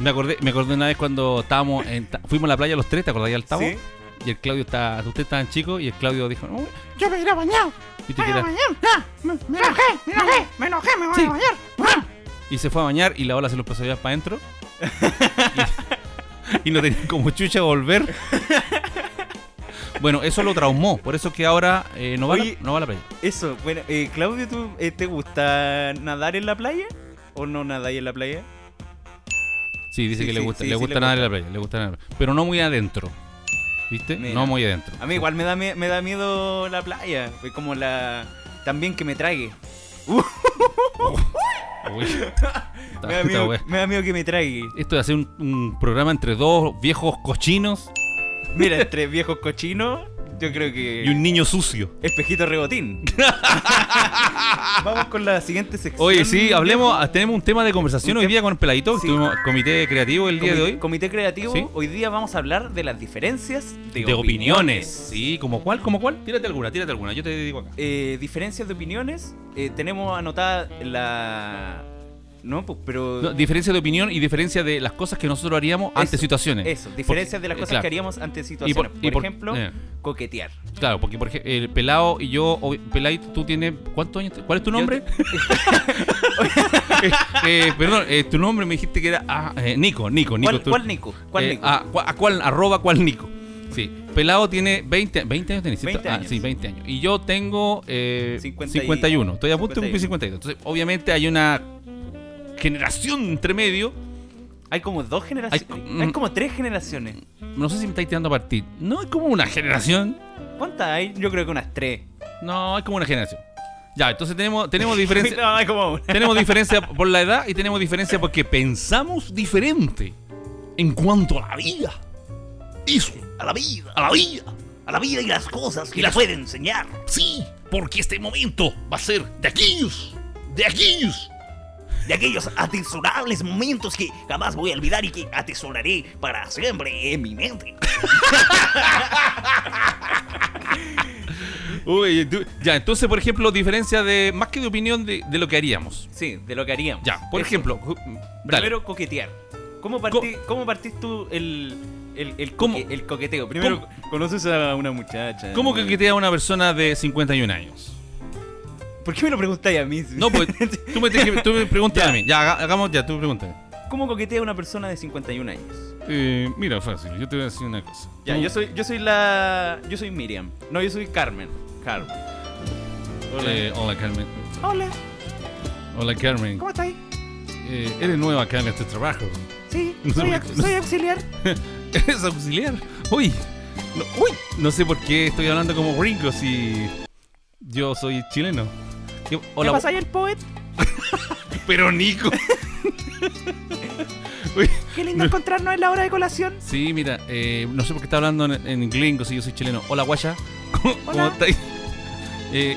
A: Me acordé, me acordé una vez cuando estábamos en Ta- fuimos a la playa los tres, ¿te acordás al Tabo?
B: Sí.
A: Y el Claudio está, ustedes estaban chicos y el Claudio dijo, "No, yo me iré a bañar. Y te quedas-
E: Me enojé, me enojé, me enojé, me voy
A: Sí.
E: a bañar.
A: Y se fue a bañar y la ola se los pasó ya para adentro. Y, y no tenía como chucha volver. Bueno, eso lo traumó, por eso que ahora eh, no, va a la-
B: Oye.
A: no va a la playa.
B: Eso, bueno, eh, Claudio, ¿tú eh, te gusta nadar en la playa? ¿O no nadáis en la playa?
A: Sí, dice
B: Sí,
A: que le
B: sí,
A: gusta,
B: sí,
A: le
B: sí,
A: gusta
B: le
A: nadar en
B: gusta.
A: la playa, le gusta nadar. Pero no muy adentro. ¿Viste?
B: Mira.
A: No muy adentro.
B: A mí igual me da, me, me da miedo la playa. Es como la. También que me trague.
A: Uy.
B: Me da,
A: Esta
B: miedo,
A: wea.
B: me da miedo que me trague.
A: Esto de hacer un, un programa entre dos viejos cochinos
B: Mira, entre viejos cochinos, yo creo que.
A: y un niño sucio.
B: Espejito rebotín. Vamos con la siguiente sección.
A: Oye, sí, hablemos, tenemos un tema de conversación
B: Un
A: hoy
B: tema-
A: día con el peladito,
B: Sí.
A: tuvimos comité creativo el
B: Comité,
A: día de hoy.
B: comité creativo,
A: Sí.
B: hoy día vamos a hablar de las diferencias de,
A: De, opiniones. Sí, como cuál, como cuál. Tírate alguna, tírate alguna, yo te digo acá.
B: Eh, diferencias de opiniones, eh, tenemos anotada la. No, pues, pero.
A: No, diferencia de opinión y diferencia de las cosas que nosotros haríamos ante
B: Eso,
A: situaciones.
B: Eso, diferencias
A: Porque-
B: de las
A: eh,
B: cosas
A: claro.
B: que haríamos ante
A: Y
B: situaciones.
A: por-
B: por,
A: y por-
B: ejemplo,
A: eh.
B: coquetear.
A: Claro, porque por ejemplo, el pelado y yo, o- pelado, tú tienes, ¿cuántos años? te- ¿Cuál es tu nombre? Eh, eh, perdón, eh, tu nombre me dijiste que era ah, eh, Nico, Nico, Nico.
B: ¿Cuál,
A: tú-
B: cuál Nico? ¿Cuál
A: eh,
B: Nico?
A: A, cua- a cuál, arroba cuál Nico. Sí, pelado tiene 20, 20 años, tenés, ¿cierto?
B: 20
A: Ah,
B: años.
A: sí, 20 años. Y yo tengo eh,
B: 50 y-
A: 51. Estoy a punto de cumplir
B: 51.
A: 52. Entonces, obviamente hay una generación entre medio.
B: Hay como dos generaciones.
A: Hay
B: Hay,
A: co- mm.
B: como tres generaciones.
A: No sé si me estáis tirando a partir. No, es como una generación.
B: ¿Cuántas hay? Yo creo que unas tres.
A: No, es como una generación. Ya, entonces tenemos, tenemos diferencia.
B: no, hay como una.
A: Tenemos diferencia por la edad y tenemos diferencia porque pensamos diferente en cuanto a la vida. Eso,
F: a la vida,
A: a la vida.
F: a la vida y las cosas que la puede enseñar.
A: Sí, porque este momento va a ser de aquellos, de aquellos.
F: De aquellos atesorables momentos que jamás voy a olvidar y que atesoraré para siempre en mi mente.
A: Uy, tú- ya, entonces, por ejemplo, diferencia de más que de opinión de, de lo que haríamos.
B: Sí, de lo que haríamos.
A: Ya, por
B: Eso.
A: ejemplo, ju- dale.
B: Primero coquetear. ¿Cómo, partí, ¿Cómo partís tú el, el, el,
A: ¿Cómo?
B: coque- el coqueteo? Primero, conoces a una muchacha. Eh,
A: ¿Cómo que te da una persona de 51 años?
B: ¿Por qué me lo preguntáis a mí?
A: No, pues tú me, tienes que- tú me preguntas a mí. Ya, haga- hagamos ya, tú me preguntas.
B: ¿Cómo coquetea una persona de 51 años?
A: Eh, mira, fácil, yo te voy a decir una cosa.
B: Ya, yo soy, yo soy la. Yo soy Miriam. No, yo soy Carmen. Carmen. Hola.
A: Eh, hola, Carmen.
E: Hola,
A: Hola, Carmen.
E: ¿cómo estáis?
A: Eh, eres nueva acá en este trabajo.
E: Sí,
A: No sé
E: soy,
A: por
E: au-
A: qué.
E: soy auxiliar.
A: Eres auxiliar. Uy, no, uy, no sé por qué estoy hablando como gringo si yo soy chileno. ¿Qué-
E: ¿Qué
A: Hola,
E: pasa ahí el poet?
A: pero Nico. Uy,
E: Qué lindo encontrarnos en la hora de colación.
A: sí, mira, eh, no sé por qué está hablando en, en gringo si yo soy chileno. Hola, guaya. ¿Cómo, cómo
E: Hola.
A: estáis? Eh,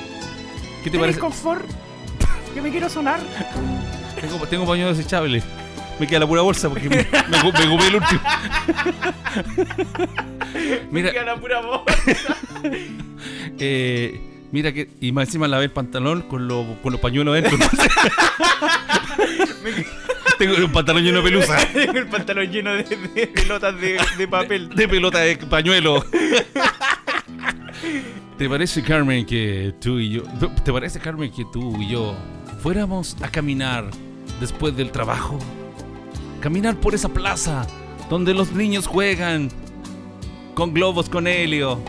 A: ¿Qué te parece?
E: ¿Tenéis confort? Que me quiero sonar.
A: Tengo, tengo pañuelo desechable. Me queda la pura bolsa porque me, me, cu- me ocupé el último.
B: Diga
A: mira,
B: la pura voz.
A: eh, mira que. Y más encima lavé el pantalón con, lo- con los pañuelos dentro. tengo un pantalón lleno de pelusa.
B: Tengo el pantalón lleno de, de pelotas de, de papel.
A: De pelota de pañuelo. ¿Te parece, Carmen, que tú y yo. ¿Te parece, Carmen, que tú y yo fuéramos a caminar después del trabajo? Caminar por esa plaza donde los niños juegan con globos, con helio.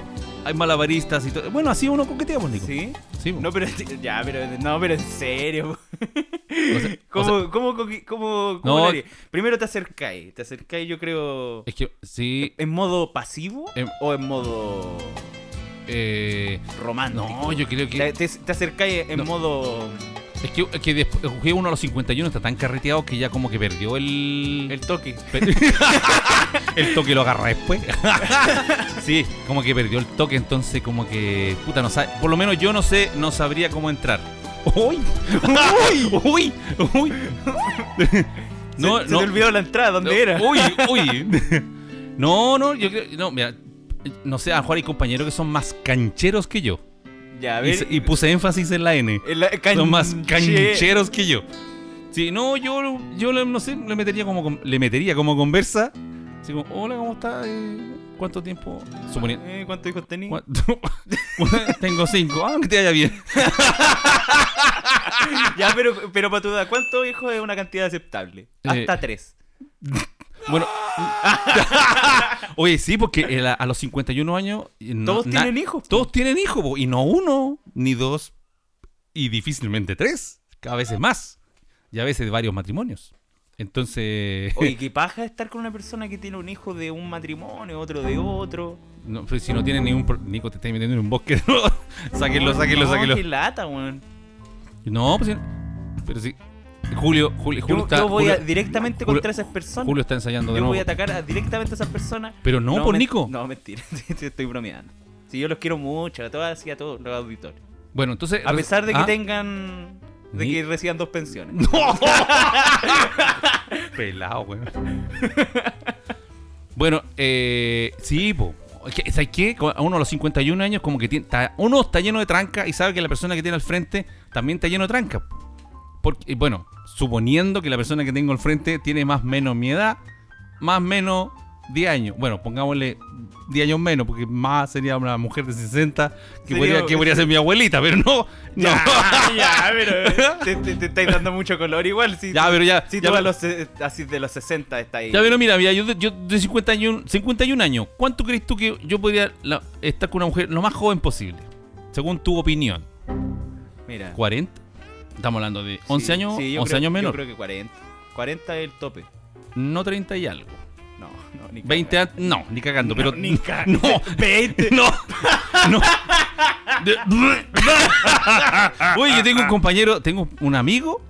A: Hay malabaristas y todo. Bueno, así uno coquetea, pues, Nico.
B: ¿Sí?
A: Sí, pues.
B: No, pero. Ya, pero. No, pero en serio.
A: O sea- o sea,
B: ¿Cómo, cómo, coqui- cómo, cómo
A: No.
B: lo haría? Primero te acercáis. Te acercáis, yo creo.
A: es que, sí.
B: ¿En modo pasivo?
A: Em-
B: ¿O en modo
A: eh,
B: romántico?
A: no, yo creo
B: Te,
A: que.
B: te, te acercáis en
A: No.
B: modo.
A: Es que, es que después, uno a los 51 está tan carreteado que ya como que perdió el.
B: El toque.
A: Pe- el toque lo agarra después. sí, como que perdió el toque, entonces como que puta no sabe, por lo menos yo no sé, no sabría cómo entrar. Uy, uy, uy, uy. No,
B: se, se
A: no.
B: te olvidó la entrada, ¿dónde
A: no,
B: era?
A: Uy, uy. No, no, yo creo no, mira, no sé, a Juan y compañeros que son más cancheros que yo.
B: Ya, a
A: Oh. Y,
B: ver.
A: se- y puse énfasis en la N.
B: en la-
A: Son más
B: canche-
A: cancheros que yo. Sí, no, yo, yo le- no sé, le metería como con- le metería como conversa. Así como, hola, ¿cómo estás? Eh, ¿Cuánto tiempo? Suponiendo.
B: Eh, ¿Cuántos hijos tenías?
A: Tengo cinco. Ah, que te vaya bien.
B: Ya, pero, pero para tu edad, ¿cuántos hijos es una cantidad aceptable?
A: Eh,
B: Hasta tres.
A: Bueno. Oye, sí, porque el- a los 51 años. eh, no-
B: Todos
A: na-
B: tienen hijos. po.
A: Todos tienen hijos, po, y no uno, ni dos, y difícilmente tres. A veces más. Y a veces varios matrimonios. Entonces.
B: Oye, qué paja estar con una persona que tiene un hijo de un matrimonio, otro
A: Ah.
B: de otro.
A: No, pero si no tiene ningún pro- Nico, te estáis metiendo en un bosque. ¿no? sáquenlo, sáquenlo,
B: No,
A: sáquenlo.
B: qué lata, weón.
A: No, pues si- Pero sí. Julio, Julio, Julio
B: Yo,
A: está.
B: yo voy a-
A: Julio,
B: directamente
A: Julio-
B: contra esas personas.
A: Julio está ensayando de
B: yo
A: nuevo.
B: voy a atacar a- directamente a esas personas.
A: Pero no, por
B: men-
A: Nico.
B: No, mentira. Te- te Estoy bromeando. Si yo los quiero mucho, a todas y a todos los auditores.
A: Bueno, entonces.
B: A pesar de que
A: ¿Ah?
B: tengan. de
A: Ni-
B: que reciban dos pensiones.
A: Pelado, weón. bueno, eh, sí, po. Es que, ¿Sabes qué? A uno a los 51 años, como que tiene, está- uno está lleno de tranca y sabe que la persona que tiene al frente también está lleno de tranca. Porque, y bueno, suponiendo que la persona que tengo al frente tiene más o menos mi edad, más o menos 10 años. Bueno, pongámosle 10 años menos, porque más sería una mujer de 60 que,
B: Sería-
A: podría, que podría ser mi abuelita, pero no. no.
B: ya, pero. Te, te, te estáis dando mucho color igual. Si,
A: ya, pero ya.
B: si
A: ya,
B: tú a
A: pero-
B: los, se- así de los 60 está ahí.
A: Ya, pero mira, mira, yo, de- yo de 51, 51 años, ¿cuánto crees tú que yo podría la- estar con una mujer lo más joven posible? Según tu opinión,
B: Mira.
A: ¿40? Estamos hablando de 11
B: Sí,
A: años,
B: sí, yo
A: 11
B: creo-
A: años menor,
B: Yo creo que 40. 40 es el tope.
A: no 30 y algo.
B: No, no, ni
A: 20
B: cagando.
A: a- no, ni cagando, pero
B: ni ca-
A: no,
B: 20.
A: no, no. De- Oye, yo tengo un compañero, tengo un amigo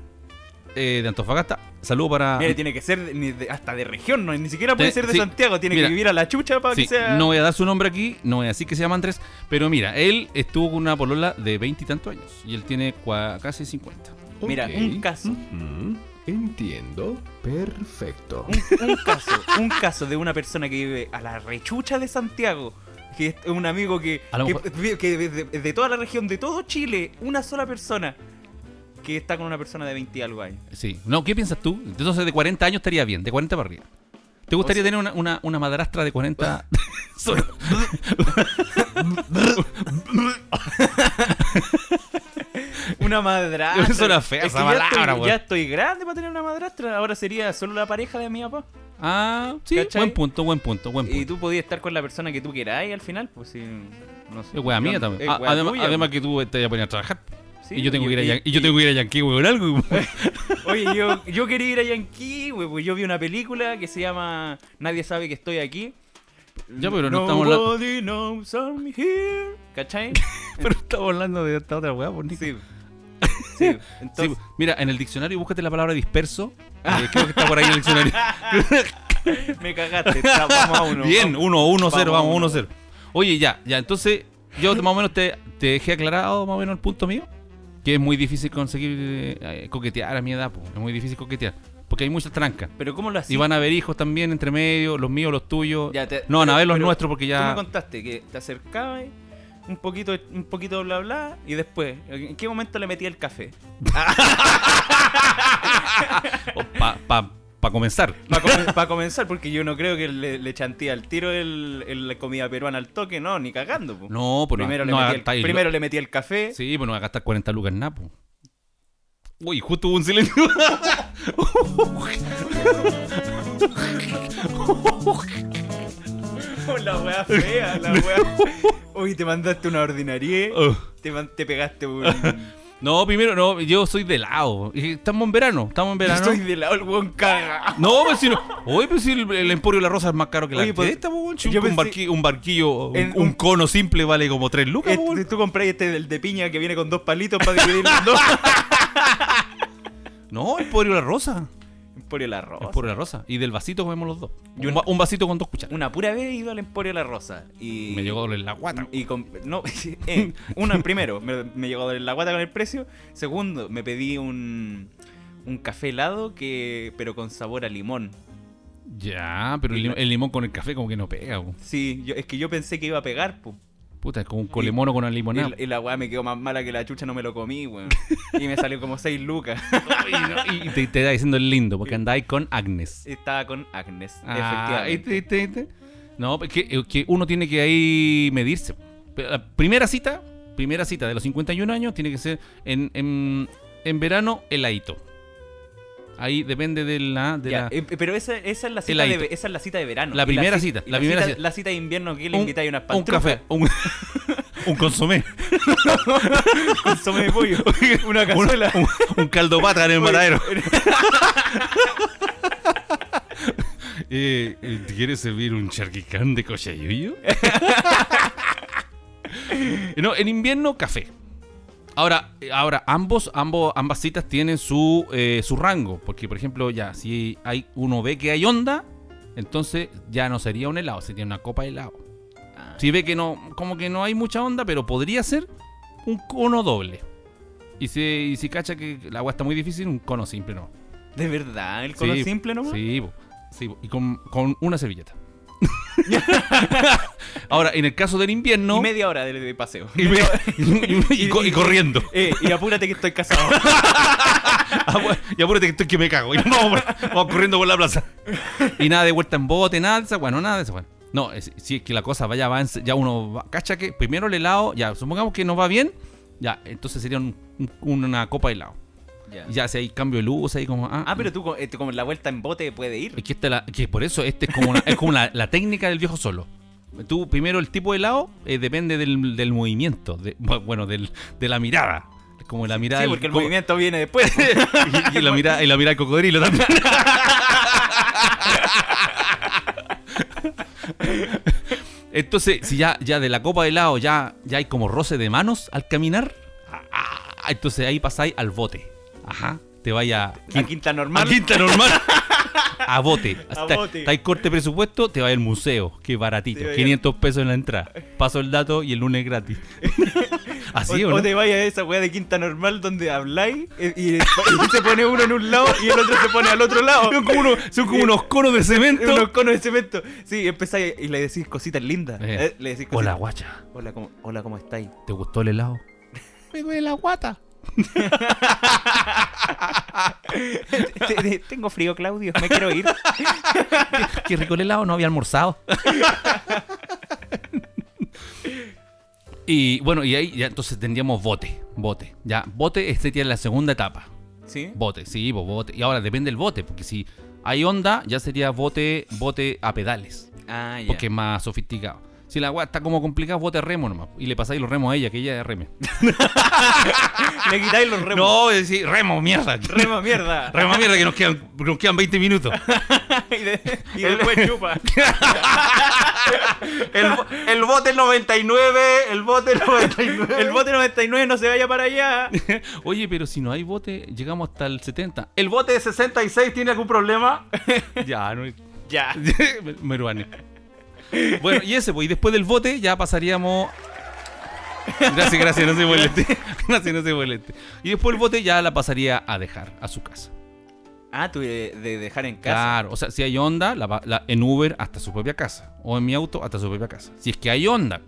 A: eh, de Antofagasta. Saludo para
B: Mira, tiene que ser de- ni de- hasta de región, no, ni siquiera puede
A: Te-
B: ser de
A: sí,
B: Santiago, tiene
A: mira.
B: que vivir a la chucha para
A: Sí,
B: que sea.
A: no voy a dar su nombre aquí, no voy a decir que se llama Andrés, pero mira, él estuvo con una polola de veintitantos años y él tiene cua- casi 50.
B: Mira,
D: Ok.
B: un caso.
D: Ujú. Entiendo. Perfecto.
B: Un, un caso, un caso de una persona que vive a la rechucha de Santiago. Que es un amigo que,
A: A lo
B: que,
A: mejor-
B: vi- que de, de- de toda la región, de todo Chile, una sola persona. que está con una persona de 20 y algo ahí.
A: Sí. No, ¿qué piensas tú? Entonces de 40 años estaría bien, de 40 para arriba. ¿Te gustaría tener una, una, una madrastra de 40? Solo-
B: Una madrastra.
A: Eso era fea, esa
B: que ya
A: palabra,
B: estoy-
A: weón.
B: Ya estoy grande para tener una madrastra. Ahora sería solo la pareja de mi papá.
A: Ah, sí,
B: ¿Cachai?
A: buen punto, buen punto, buen punto.
B: Y tú podías estar con la persona que tú queráis al final, pues sí. No sé.
A: Es wea mía también.
B: Es
A: Ah,
B: wea
A: además,
B: tuya,
A: además que
B: pues.
A: tú te vas a poner a trabajar.
B: Sí,
A: y yo tengo
B: y-
A: que ir a,
B: y-
A: Yan- y yo tengo que ir a Yankee, weón, algo.
B: Oye, yo, yo quería ir a Yankee, güey, pues yo vi una película que se llama Nadie sabe que estoy aquí.
A: Ya, pero no estamos hablando-
B: Nobody knows I'm here. ¿Cachai?
A: Pero estamos hablando de esta otra weá, por Nico.
B: Sí. Sí.
A: Sí,
B: Entonces,
A: mira, en el diccionario búscate la palabra disperso.
B: Ah.
A: Eh, creo que está por ahí en el diccionario.
B: me cagaste. Está- vamos a uno.
A: pues. Bien, 1-1-0,
B: vamos.
A: vamos 1-0.
B: Vamos,
A: Oye, ya, ya, entonces yo más o menos te, te dejé aclarado más o menos el punto mío, que es muy difícil conseguir eh, coquetear a mi edad, po. es muy difícil coquetear, porque hay muchas trancas.
B: Pero ¿cómo lo hacías?
A: Y van a haber hijos también entre medio, los míos, los tuyos.
B: Ya, te-
A: no van a
B: pero-
A: ver los
B: pero
A: nuestros porque
B: Tú me
A: ya...
B: contaste que te acercabas un poquito, un poquito bla bla y después, ¿en qué momento le metí el café?
A: Para comenzar.
B: Para comenzar, porque yo no creo que le, le chantía al tiro el, el- la comida peruana al toque, no, ni cagando. po.
A: No, pues no-
B: primero,
A: no,
B: le, metí
A: está ahí
B: el,
A: lo-
B: primero le metí el café.
A: Sí, pues no va a gastar 40 lucas en nada, po. Uy, justo hubo un silencio.
B: la wea fea, la wea. Uy, te mandaste una ordinarie.
A: Oh.
B: Te, man- te pegaste un.
A: No, primero, no, yo soy de lado. Estamos en verano, estamos en verano.
B: Estoy de lado, el weón caga.
A: No, pues si no. Oye, pues si el, el Emporio de la Rosa es más caro que la
B: Oye, pues,
A: arquitecta, po, weón. Si
B: yo
A: un,
B: pensé-
A: barqui- un barquillo, un,
B: en
A: un
B: un-
A: cono simple vale como 3 lucas, pues. po,
B: Este-
A: weón.
B: tú compras este del de piña que viene con dos palitos para dividir los dos.
A: No, el Emporio de la Rosa.
B: Emporio La Rosa.
A: Emporio de la Rosa. Y del vasito comemos los dos. Y un, va- un vasito con dos cucharas.
B: Una pura vez he ido al Emporio La Rosa. Y
A: Me llegó a doler la guata.
B: Y con- no, eh, una, primero, me, me llegó a doler la guata con el precio. Segundo, me pedí un, un café helado, que, pero con sabor a limón.
A: Ya, pero el, lim- el limón con el café como que no pega, po.
B: Sí, yo- es que yo pensé que iba a pegar, po.
A: Puta, es como un colemono con una
B: Y,
A: limonada.
B: la- y la weá me quedó más mala que la chucha, no me lo comí, weón. Y me salió como 6 lucas.
A: Y, y te, te está diciendo el lindo, porque andáis con Agnes.
B: Estaba con Agnes,
A: Ah,
B: efectivamente.
A: ¿viste, viste, viste? No, es que, es que uno tiene que ahí medirse. Pero la primera cita, primera cita de los 51 años tiene que ser en, en, en verano heladito. Ahí depende de la... De
B: Ya,
A: la-
B: eh, pero esa, esa, es la cita
A: Heladito.
B: de, esa es la cita de verano.
A: La
B: Y
A: primera
B: ci-
A: cita,
B: y
A: la primera cita.
B: La cita de invierno que le
A: un-
B: invitáis unas
A: un
B: pantuflas.
A: café, un, un consomé,
B: consomé de pollo, una cazuela.
A: un, un caldo pata en el matadero. Eh, eh, ¿te ¿Quieres servir un charquicán de cochayuyo? no, en invierno, café. Ahora, eh, ahora ambos, ambos, ambas citas tienen su, eh, su rango. Porque, por ejemplo, ya, si hay, uno ve que hay onda, entonces ya no sería un helado, sería una copa de helado. Si ve que no, como que no hay mucha onda, pero podría ser un cono doble. Y si, y si cacha que la agua está muy difícil, un cono simple no.
B: De verdad, el color
A: Sí,
B: simple nomás.
A: Sí, po. Sí, po. y con, con una servilleta. Ahora, en el caso del invierno.
B: Y media hora de, de paseo.
A: y me- y- y- y co- y corriendo.
B: Eh, y apúrate que estoy casado.
A: Apu- Y apúrate que estoy que me cago. Y vamos, por- vamos corriendo por la plaza. Y nada de vuelta en bote, nada de esa bueno, nada de esa bueno. No, es- si es que la cosa vaya, va en- ya uno va- cacha que primero el helado, ya supongamos que nos va bien, ya, entonces sería un- un- una copa de helado.
B: Ya.
A: Y Ya si hay cambio de luz, ahí como.
B: Ah, pero tú co- eh, tú como en la vuelta en bote puede ir.
A: Es que, esta la- que por eso este es como, una- es como la, la técnica del viejo solo. Tú primero el tipo de helado eh, depende del, del movimiento, de- bueno, del- de la mirada. Es Como la mirada
B: Sí,
A: del-
B: porque el
A: como-
B: movimiento viene después.
A: y, y la mirada, y la mirada del cocodrilo también. Entonces, si ya, ya de la copa de helado ya, ya hay como roce de manos al caminar, ah, ah, entonces ahí pasáis al bote. Ajá, te vaya
B: A quinta normal.
A: a quinta normal. A bote.
B: A
A: Está-
B: bote.
A: está ahí corte presupuesto, te va al museo. Qué baratito.
B: Te va a ir-
A: 500 pesos en la entrada. Paso el dato y el lunes gratis.
B: O,
A: Así o,
B: o
A: no?
B: te vayas a esa weá de quinta normal donde habláis eh, y, y se pone uno en un lado y el otro se pone al otro lado.
A: Son como, unos, son como unos conos de
B: Y Unos
A: cemento.
B: conos de cemento. Sí, empezáis y le decís cositas lindas.
A: Eh,
B: Eh, le decís cositas.
A: Hola, guacha.
B: Hola, ¿cómo, hola, ¿cómo estáis?
A: ¿Te gustó el helado? Me duele la guata.
B: Te- te- Tengo frío, Claudio. Me quiero ir.
A: Qué rico el helado, no había almorzado. y bueno, y ahí ya entonces tendríamos bote. Bote. Ya, bote este tiene la segunda etapa.
B: ¿Sí?
A: Bote, sí, bo- bote. Y ahora depende del bote, porque si hay onda, ya sería bote, bote a pedales.
B: Ah, ya.
A: Porque es más sofisticado. Si la agua está como complicada, bote a remo nomás. Y le pasáis los remos a ella, que ella reme.
B: Le quitáis los remos.
A: No, es decir, remo, mierda.
B: Rema mierda.
A: Remo, mierda, que nos quedan, nos quedan 20 minutos.
B: y, de- y después chupa.
A: El, bote 99, el bote 99.
B: El bote 99 no se vaya para allá.
A: Oye, pero si no hay bote, llegamos hasta el 70. ¿El bote de 66 tiene algún problema? ya, no.
B: Ya.
A: Me- Meruane. Bueno, y ese, pues. Y después del bote ya pasaríamos. Gracias, gracias, no se moleste. Gracias, no se moleste. Y después el bote ya la pasaría a dejar a su casa.
B: Ah, tú de, de dejar en casa.
A: Claro, o sea, si hay onda, la, va- la- en Uber hasta su propia casa. O en mi auto hasta su propia casa. Si es que hay onda.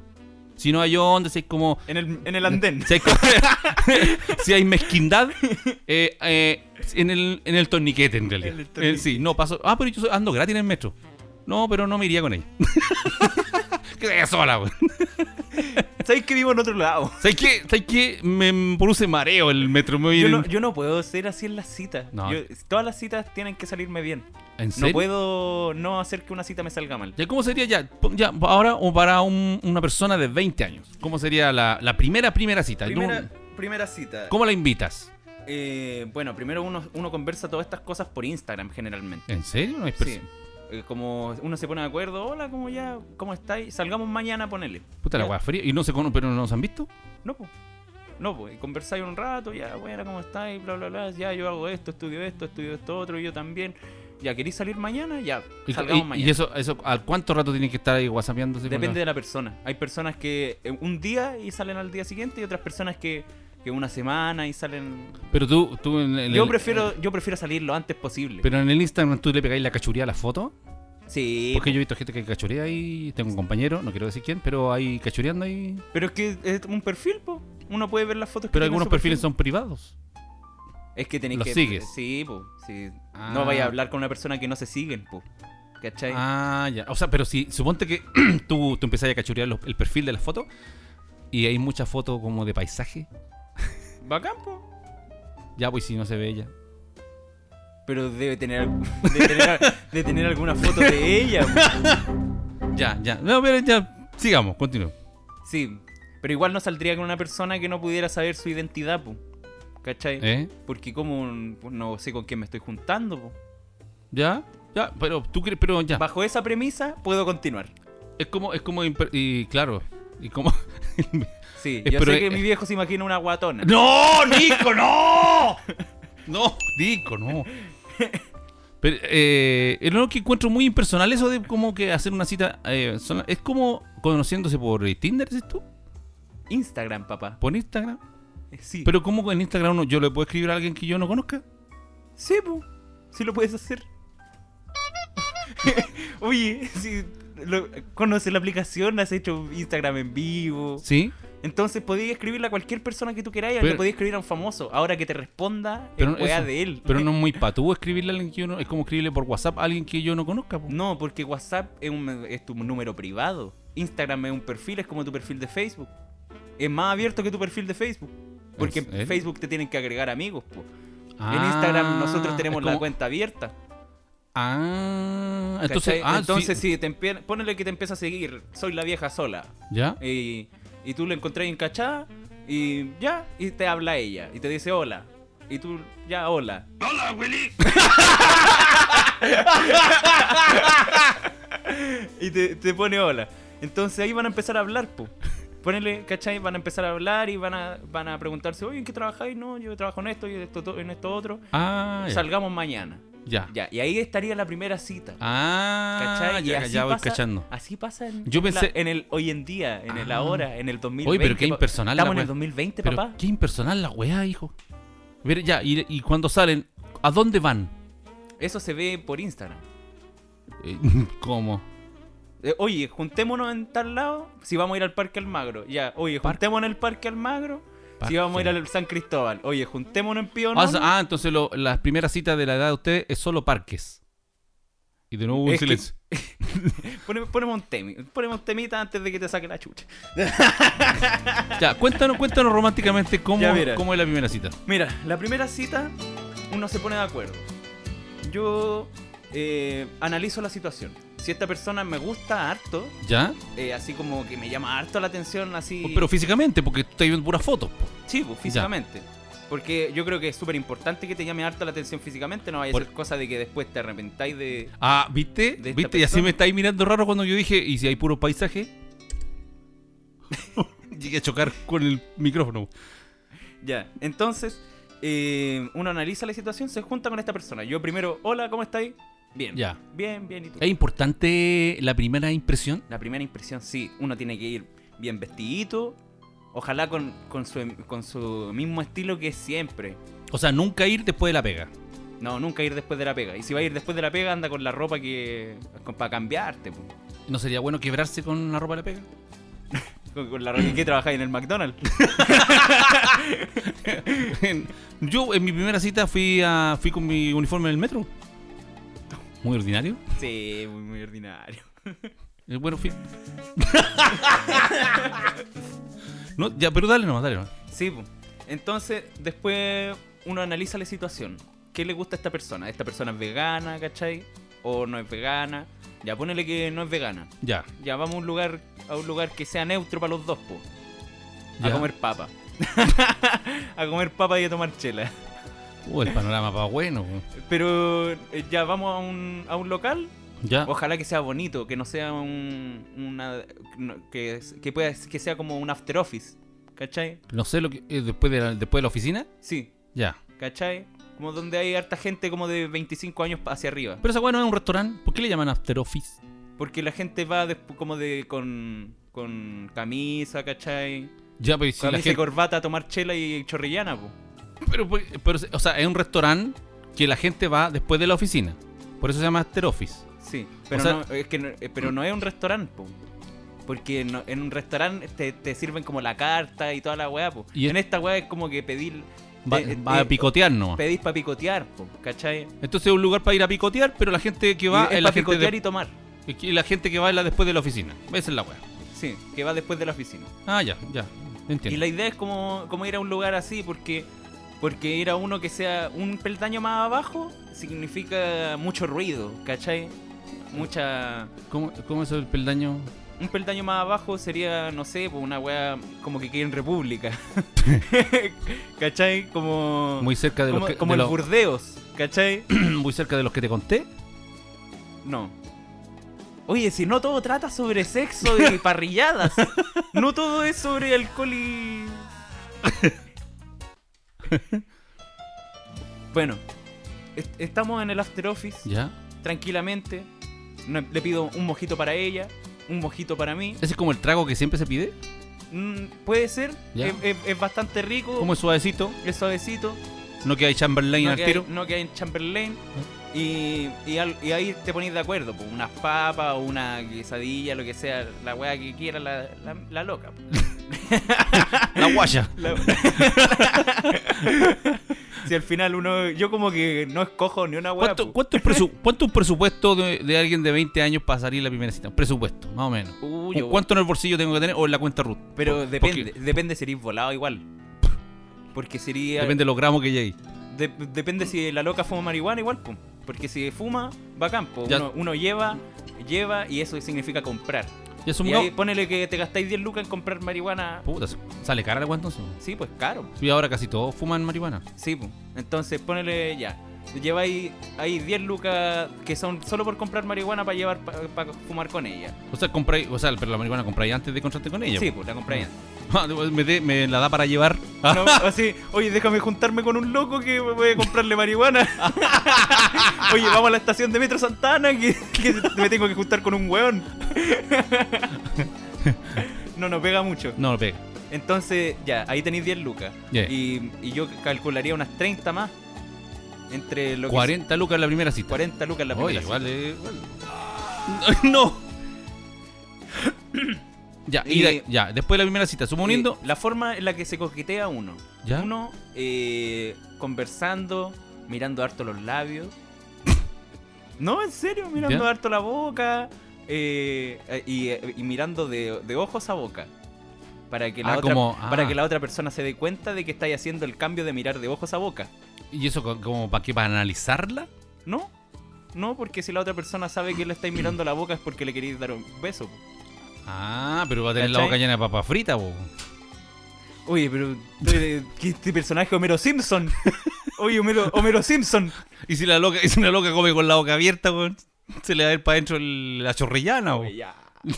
A: Si no hay onda, si es como.
B: En el, en el andén.
A: Si hay, si hay mezquindad, eh, eh, en, el, en el torniquete en realidad.
B: En el
A: Eh,
B: torniquete.
A: sí, no, paso. Ah, pero yo soy- ando gratis en el metro. No, pero no me iría con ella. que se vaya sola, güey.
B: ¿Sabes que vivo en otro lado?
A: ¿Sabes qué? ¿Sabes qué? Me produce mareo el metro. me voy
B: Yo
A: en-
B: no, yo no puedo ser así en las citas.
A: No.
B: Yo- todas las citas tienen que salirme bien.
A: ¿En
B: No
A: serio?
B: puedo no hacer que una cita me salga mal.
A: ¿Ya cómo sería ya? Po- ya ahora o para un- una persona de 20 años. ¿Cómo sería la, la primera, primera cita?
B: Primera,
A: ¿Cómo-
B: primera cita.
A: ¿Cómo la invitas?
B: Eh, bueno, primero uno, uno conversa todas estas cosas por Instagram generalmente.
A: ¿En serio? No hay
B: Sí.
A: perso-
B: Eh, como uno se pone de acuerdo, hola, ¿cómo ya? ¿Cómo estáis? Salgamos mañana, ponele.
A: Puta la
B: Ya.
A: hueá fría. ¿Y no se cono- pero no se han visto?
B: No, pues. No, pues, y conversáis un rato, ya, bueno, ¿cómo estáis? Bla, bla, bla, ya, yo hago esto, estudio esto, estudio esto otro, yo también. Ya, ¿queréis salir mañana? Ya,
A: ¿Y,
B: salgamos
A: y-
B: mañana.
A: y eso, eso, ¿a cuánto rato tienen que estar ahí whatsappeándose? con
B: Depende
A: la-
B: de la persona. Hay personas que eh, un día y salen al día siguiente y otras personas que, que una semana y salen...
A: Pero tú, tú en el,
B: Yo prefiero, yo prefiero salir lo antes posible.
A: Pero en el Instagram tú le pegáis la cachuría a la foto.
B: sí,
A: Porque yo he visto gente que cachurea ahí. Tengo un compañero, no quiero decir quién, pero ahí cachureando ahí.
B: pero es que es un perfil, po. Uno puede ver las fotos que
A: Pero
B: tiene
A: algunos
B: su
A: perfiles
B: perfil.
A: son privados.
B: Es que tenéis
A: los
B: que...
A: sigues.
B: Sí, po. sí.
A: Ah.
B: No vaya a hablar con una persona que no se siguen, po. ¿Cachai?
A: Ah, ya. O sea, pero si suponte que tú, tú empezás a cachurear los- el perfil de la foto y hay muchas fotos como de paisaje.
B: Bacán, po.
A: Ya, pues si no se ve ella.
B: Pero debe tener, debe tener, debe tener alguna foto de ella. po.
A: Ya, ya. No, pero ya. Sigamos, continúo.
B: Sí, pero igual no saldría con una persona que no pudiera saber su identidad, po. ¿Cachai?
A: ¿Eh?
B: Porque como pues, no sé con quién me estoy juntando. po.
A: ¿Ya? Ya, pero tú crees, pero ya.
B: Bajo esa premisa puedo continuar.
A: Es como, es como, imper- y claro. Y como.
B: Sí,
A: Eh,
B: yo
A: pero,
B: sé que
A: eh,
B: mi viejo se imagina una guatona.
A: ¡No, Nico, no! No, Nico, no. Pero, eh, es lo que encuentro muy impersonal eso de como que hacer una cita. eh, sola- es como conociéndose por eh, Tinder, ¿dices tú?
B: Instagram, papá.
A: ¿Por Instagram?
B: Eh, Sí.
A: Pero ¿cómo en Instagram uno, yo le puedo escribir a alguien que yo no conozca?
B: Sí, po. Sí lo puedes hacer. Oye, si lo- conoces la aplicación, has hecho Instagram en vivo.
A: Sí.
B: Entonces podías escribirle a cualquier persona que tú queráis,
A: Pero-
B: le podías escribir a un famoso. Ahora que te responda,
A: Pero
B: es weá
A: eso-
B: de él.
A: Pero no es muy patú escribirle a alguien que yo no... Es como escribirle por WhatsApp a alguien que yo no conozca. po.
B: No, porque WhatsApp es, un- es tu número privado. Instagram es un perfil, es como tu perfil de Facebook. Es más abierto que tu perfil de Facebook. Porque
A: ¿En serio?
B: en Facebook te tienen que agregar amigos. po. en
A: Ah,
B: Instagram nosotros
A: es
B: tenemos la
A: como-
B: cuenta abierta.
A: Ah, entonces...
B: Entonces,
A: ah, sí.
B: entonces si te empie- ponele que te empieza a seguir, soy la vieja sola.
A: ¿Ya?
B: Y, y tú la encontrás en Cachá y ya, y te habla ella. Y te dice hola. Y tú, ya, hola.
F: ¡Hola, Willy!
B: y te, te pone hola. Entonces ahí van a empezar a hablar, po. Ponele, ¿cachai? Van a empezar a hablar y van a, van a preguntarse, oye, ¿en qué trabajáis? No, yo trabajo en esto y en esto, to- en esto otro.
A: Ah, ya.
B: Salgamos mañana.
A: ya.
B: Ya, y ahí estaría la primera cita.
A: Ah,
B: ¿Cachai? Y
A: ya,
B: así
A: ya voy
B: pasa- este
A: cachando.
B: Así pasa en,
A: Yo
B: en la-
A: pensé-
B: en el hoy en día, en el
A: Ah.
B: ahora, en el 2020.
A: Oye, pero qué
B: pa-
A: impersonal la
B: Estamos en
A: wea.
B: el 2020,
A: Pero
B: papá.
A: qué impersonal la weá, hijo. Pero ya, y, y cuando salen, ¿a dónde van?
B: Eso se ve por Instagram.
A: Eh, ¿Cómo?
B: Eh, oye, juntémonos en tal lado. Si vamos a ir al Parque Almagro. Ya, oye, juntémonos en el Parque Almagro. Si vamos a ir al San Cristóbal, oye, juntémonos en Pío
A: Ah,
B: Nono.
A: ah, entonces lo- las primeras citas de la edad de ustedes es solo parques. Y de nuevo un
B: Es que-
A: silencio. ah.
B: Ponemos, ponemos un temi- ponemos un temita antes de que te saque la chucha.
A: Ya, cuéntanos, cuéntanos románticamente cómo,
B: Ya, mira.
A: cómo es la primera cita.
B: Mira, la primera cita uno se pone de acuerdo. Yo eh, analizo la situación. Si esta persona me gusta harto,
A: ¿Ya?
B: eh, así como que me llama harto la atención, así...
A: Pero físicamente, porque tú estás viendo puras fotos. po.
B: Pues, Sí, pues, físicamente. Porque yo creo que es súper importante que te llame harto la atención físicamente, no vaya
A: Por-
B: a ser cosa de que después te arrepentáis de...
A: Ah, ¿viste?
B: De esta
A: ¿Viste? Y así
B: persona.
A: me estáis mirando raro cuando yo dije, ¿y si hay puro paisaje? Llegué a chocar con el micrófono.
B: Ya, entonces eh, uno analiza la situación, se junta con esta persona. Yo primero, hola, ¿cómo estáis? Bien.
A: Ya.
B: Bien, bien, ¿y tú?
A: ¿Es importante la primera impresión?
B: La primera impresión, sí, uno tiene que ir bien vestidito, ojalá con, con, su, con su mismo estilo que siempre.
A: O sea, nunca ir después de la pega.
B: No, nunca ir después de la pega. Y si va a ir después de la pega, anda con la ropa que... para cambiarte, pues. po.
A: ¿No sería bueno quebrarse con la ropa de la pega?
B: con, con la ropa que trabajáis en el McDonald's.
A: En- Yo en mi primera cita fui a, fui con mi uniforme en el metro. Muy ordinario.
B: Sí, muy, muy ordinario.
A: Eh, Bueno, fui. no, ya, pero dale nomás, dale nomás.
B: Sí, po. entonces después uno analiza la situación. ¿Qué le gusta a esta persona? ¿Esta persona es vegana, cachai? ¿O no es vegana? Ya ponele que no es vegana.
A: Ya.
B: Ya vamos a un lugar, a un lugar que sea neutro para los dos, po. A
A: ya.
B: comer papa. a comer papa y a tomar chela.
A: Uh, el panorama va bueno. po.
B: Pero eh, ya vamos a un, a un local.
A: Ya.
B: Ojalá que sea bonito, que no sea un, una... no- Que, que, pueda, que sea como un after office. ¿Cachai?
A: No sé lo que. eh, después, de la, después de la oficina.
B: Sí,
A: Ya.
B: ¿Cachai? Como donde hay harta gente como de 25 años pa- hacia arriba.
A: Pero esa weá no es un restaurante. ¿Por qué le llaman after office?
B: Porque la gente va despu- como de con, con camisa, ¿cachai?
A: Ya, pero si la
B: camisa y
A: gente.
B: corbata a tomar chela y chorrillana, po.
A: Pero, pues, pero, o sea, es un restaurante que la gente va después de la oficina. Por eso se llama after office.
B: Sí, pero,
A: O sea-
B: no, es que no- eh, pero no es un restaurante, po. Porque no- en un restaurante te, te sirven como la carta y toda la weá, po.
A: Y
B: Y
A: es-
B: en esta weá es como que pedir...
A: Va,
B: eh, eh,
A: va a
B: eh,
A: picotear nomás.
B: Pedís para picotear, po, ¿cachai?
A: Entonces es un lugar para ir a picotear, pero la gente que
B: Y
A: va
B: es
A: es la
B: para
A: gente,
B: picotear
A: de-
B: y tomar.
A: y la gente que va es la después de la oficina. Esa es la weá.
B: Sí, que va después de la oficina.
A: Ah, ya, ya. Entiendo.
B: Y la idea es como, como ir a un lugar así, porque, porque ir a uno que sea un peldaño más abajo significa mucho ruido, ¿cachai? Mucha.
A: ¿Cómo, ¿Cómo es el peldaño?
B: Un peldaño más abajo sería, no sé, pues una weá como que quede en República. ¿cachai? Como.
A: Muy cerca de los
B: como
A: que,
B: como
A: de
B: el
A: los-
B: Burdeos, ¿cachai?
A: muy cerca de los que te conté.
B: No. Oye, si no todo trata sobre sexo y parrilladas. No todo es sobre alcohol y. Bueno, est- estamos en el after office,
A: Ya.
B: tranquilamente. No- le pido un mojito para ella, un mojito para mí.
A: Ese es como el trago que siempre se pide.
B: Mm, puede ser,
A: Ya.
B: es, es- es bastante rico,
A: Como es suavecito.
B: es suavecito.
A: No que hay Chamberlain
B: no
A: al
B: que
A: tiro.
B: Hay, no que hay en Chamberlain. Y, y, al- y ahí te pones de acuerdo, pues, unas papas, una quesadilla, lo que sea, la weá que quiera la, la, la loca. pues.
A: La guaya.
B: La- si al final uno, yo como que no escojo ni una weá.
A: ¿Cuánto,
B: pues.
A: cuánto, es presu- cuánto es un presupuesto de, de alguien de 20 años para salir la primera cita? Un Presupuesto, más o menos.
B: Uy, yo-
A: ¿Cuánto en el bolsillo tengo que tener o en la cuenta Ruth?
B: pero
A: Por-
B: depende,
A: porque
B: depende si eres volado igual. Porque sería.
A: Depende de los gramos que llegue.
B: de- depende si la loca fuma marihuana igual, pues. Porque si fuma, va a campo.
A: Ya.
B: Uno, uno lleva, lleva y eso significa comprar.
A: Ya es un
B: Y
A: gramo.
B: ahí ponele que te gastáis 10 lucas en comprar marihuana.
A: Puta, sale cara la cuenta entonces.
B: Sí, pues caro.
A: Y ahora casi todos fuman marihuana.
B: Sí, pues. Entonces ponele ya. Lleváis ahí 10 lucas que son solo por comprar marihuana para llevar para fumar con ella.
A: O sea, compráis, o sea, pero la marihuana compráis antes de encontrarte con ella.
B: Sí,
A: po.
B: pues la compráis antes.
A: Ah, me, de- me la da para llevar.
B: No, así, oye, déjame juntarme con un loco que voy a comprarle marihuana. oye, vamos a la estación de Metro Santana que, que me tengo que juntar con un weón. no, no pega mucho.
A: No, no pega.
B: Entonces, ya, ahí tenéis 10 lucas.
A: Yeah.
B: Y, y yo calcularía unas 30 más. Entre lo que
A: 40 lucas la primera cita.
B: 40 lucas la
A: Oye,
B: primera.
A: igual, eh, igual. No. Ya, y
B: Y-
A: de- ya, después de la primera cita, suponiendo.
B: Eh, la forma en la que se coquetea uno.
A: ¿Ya?
B: Uno eh, conversando, mirando harto los labios. no, en serio, mirando
A: ¿Ya?
B: harto la boca. eh, eh, y, eh, y mirando de, de ojos a boca. Para que, la
A: Ah,
B: otra,
A: como- ah.
B: para que la otra persona se dé cuenta de que estáis haciendo el cambio de mirar de ojos a boca.
A: ¿Y eso co- como para qué? ¿Para analizarla?
B: No, no, porque si la otra persona sabe que le estáis mirando la boca es porque le queréis dar un beso.
A: Ah, pero va a tener la
B: ¿Cachai?
A: boca llena de papa frita, po.
B: Oye, pero tú eres- ¿qué este personaje Homero Simpson. Oye, Homero, Homero Simpson.
A: Y si la loca, y si una loca come con la boca abierta, weón, se le va a ir para adentro el- la chorrillana, weón.
B: Ya.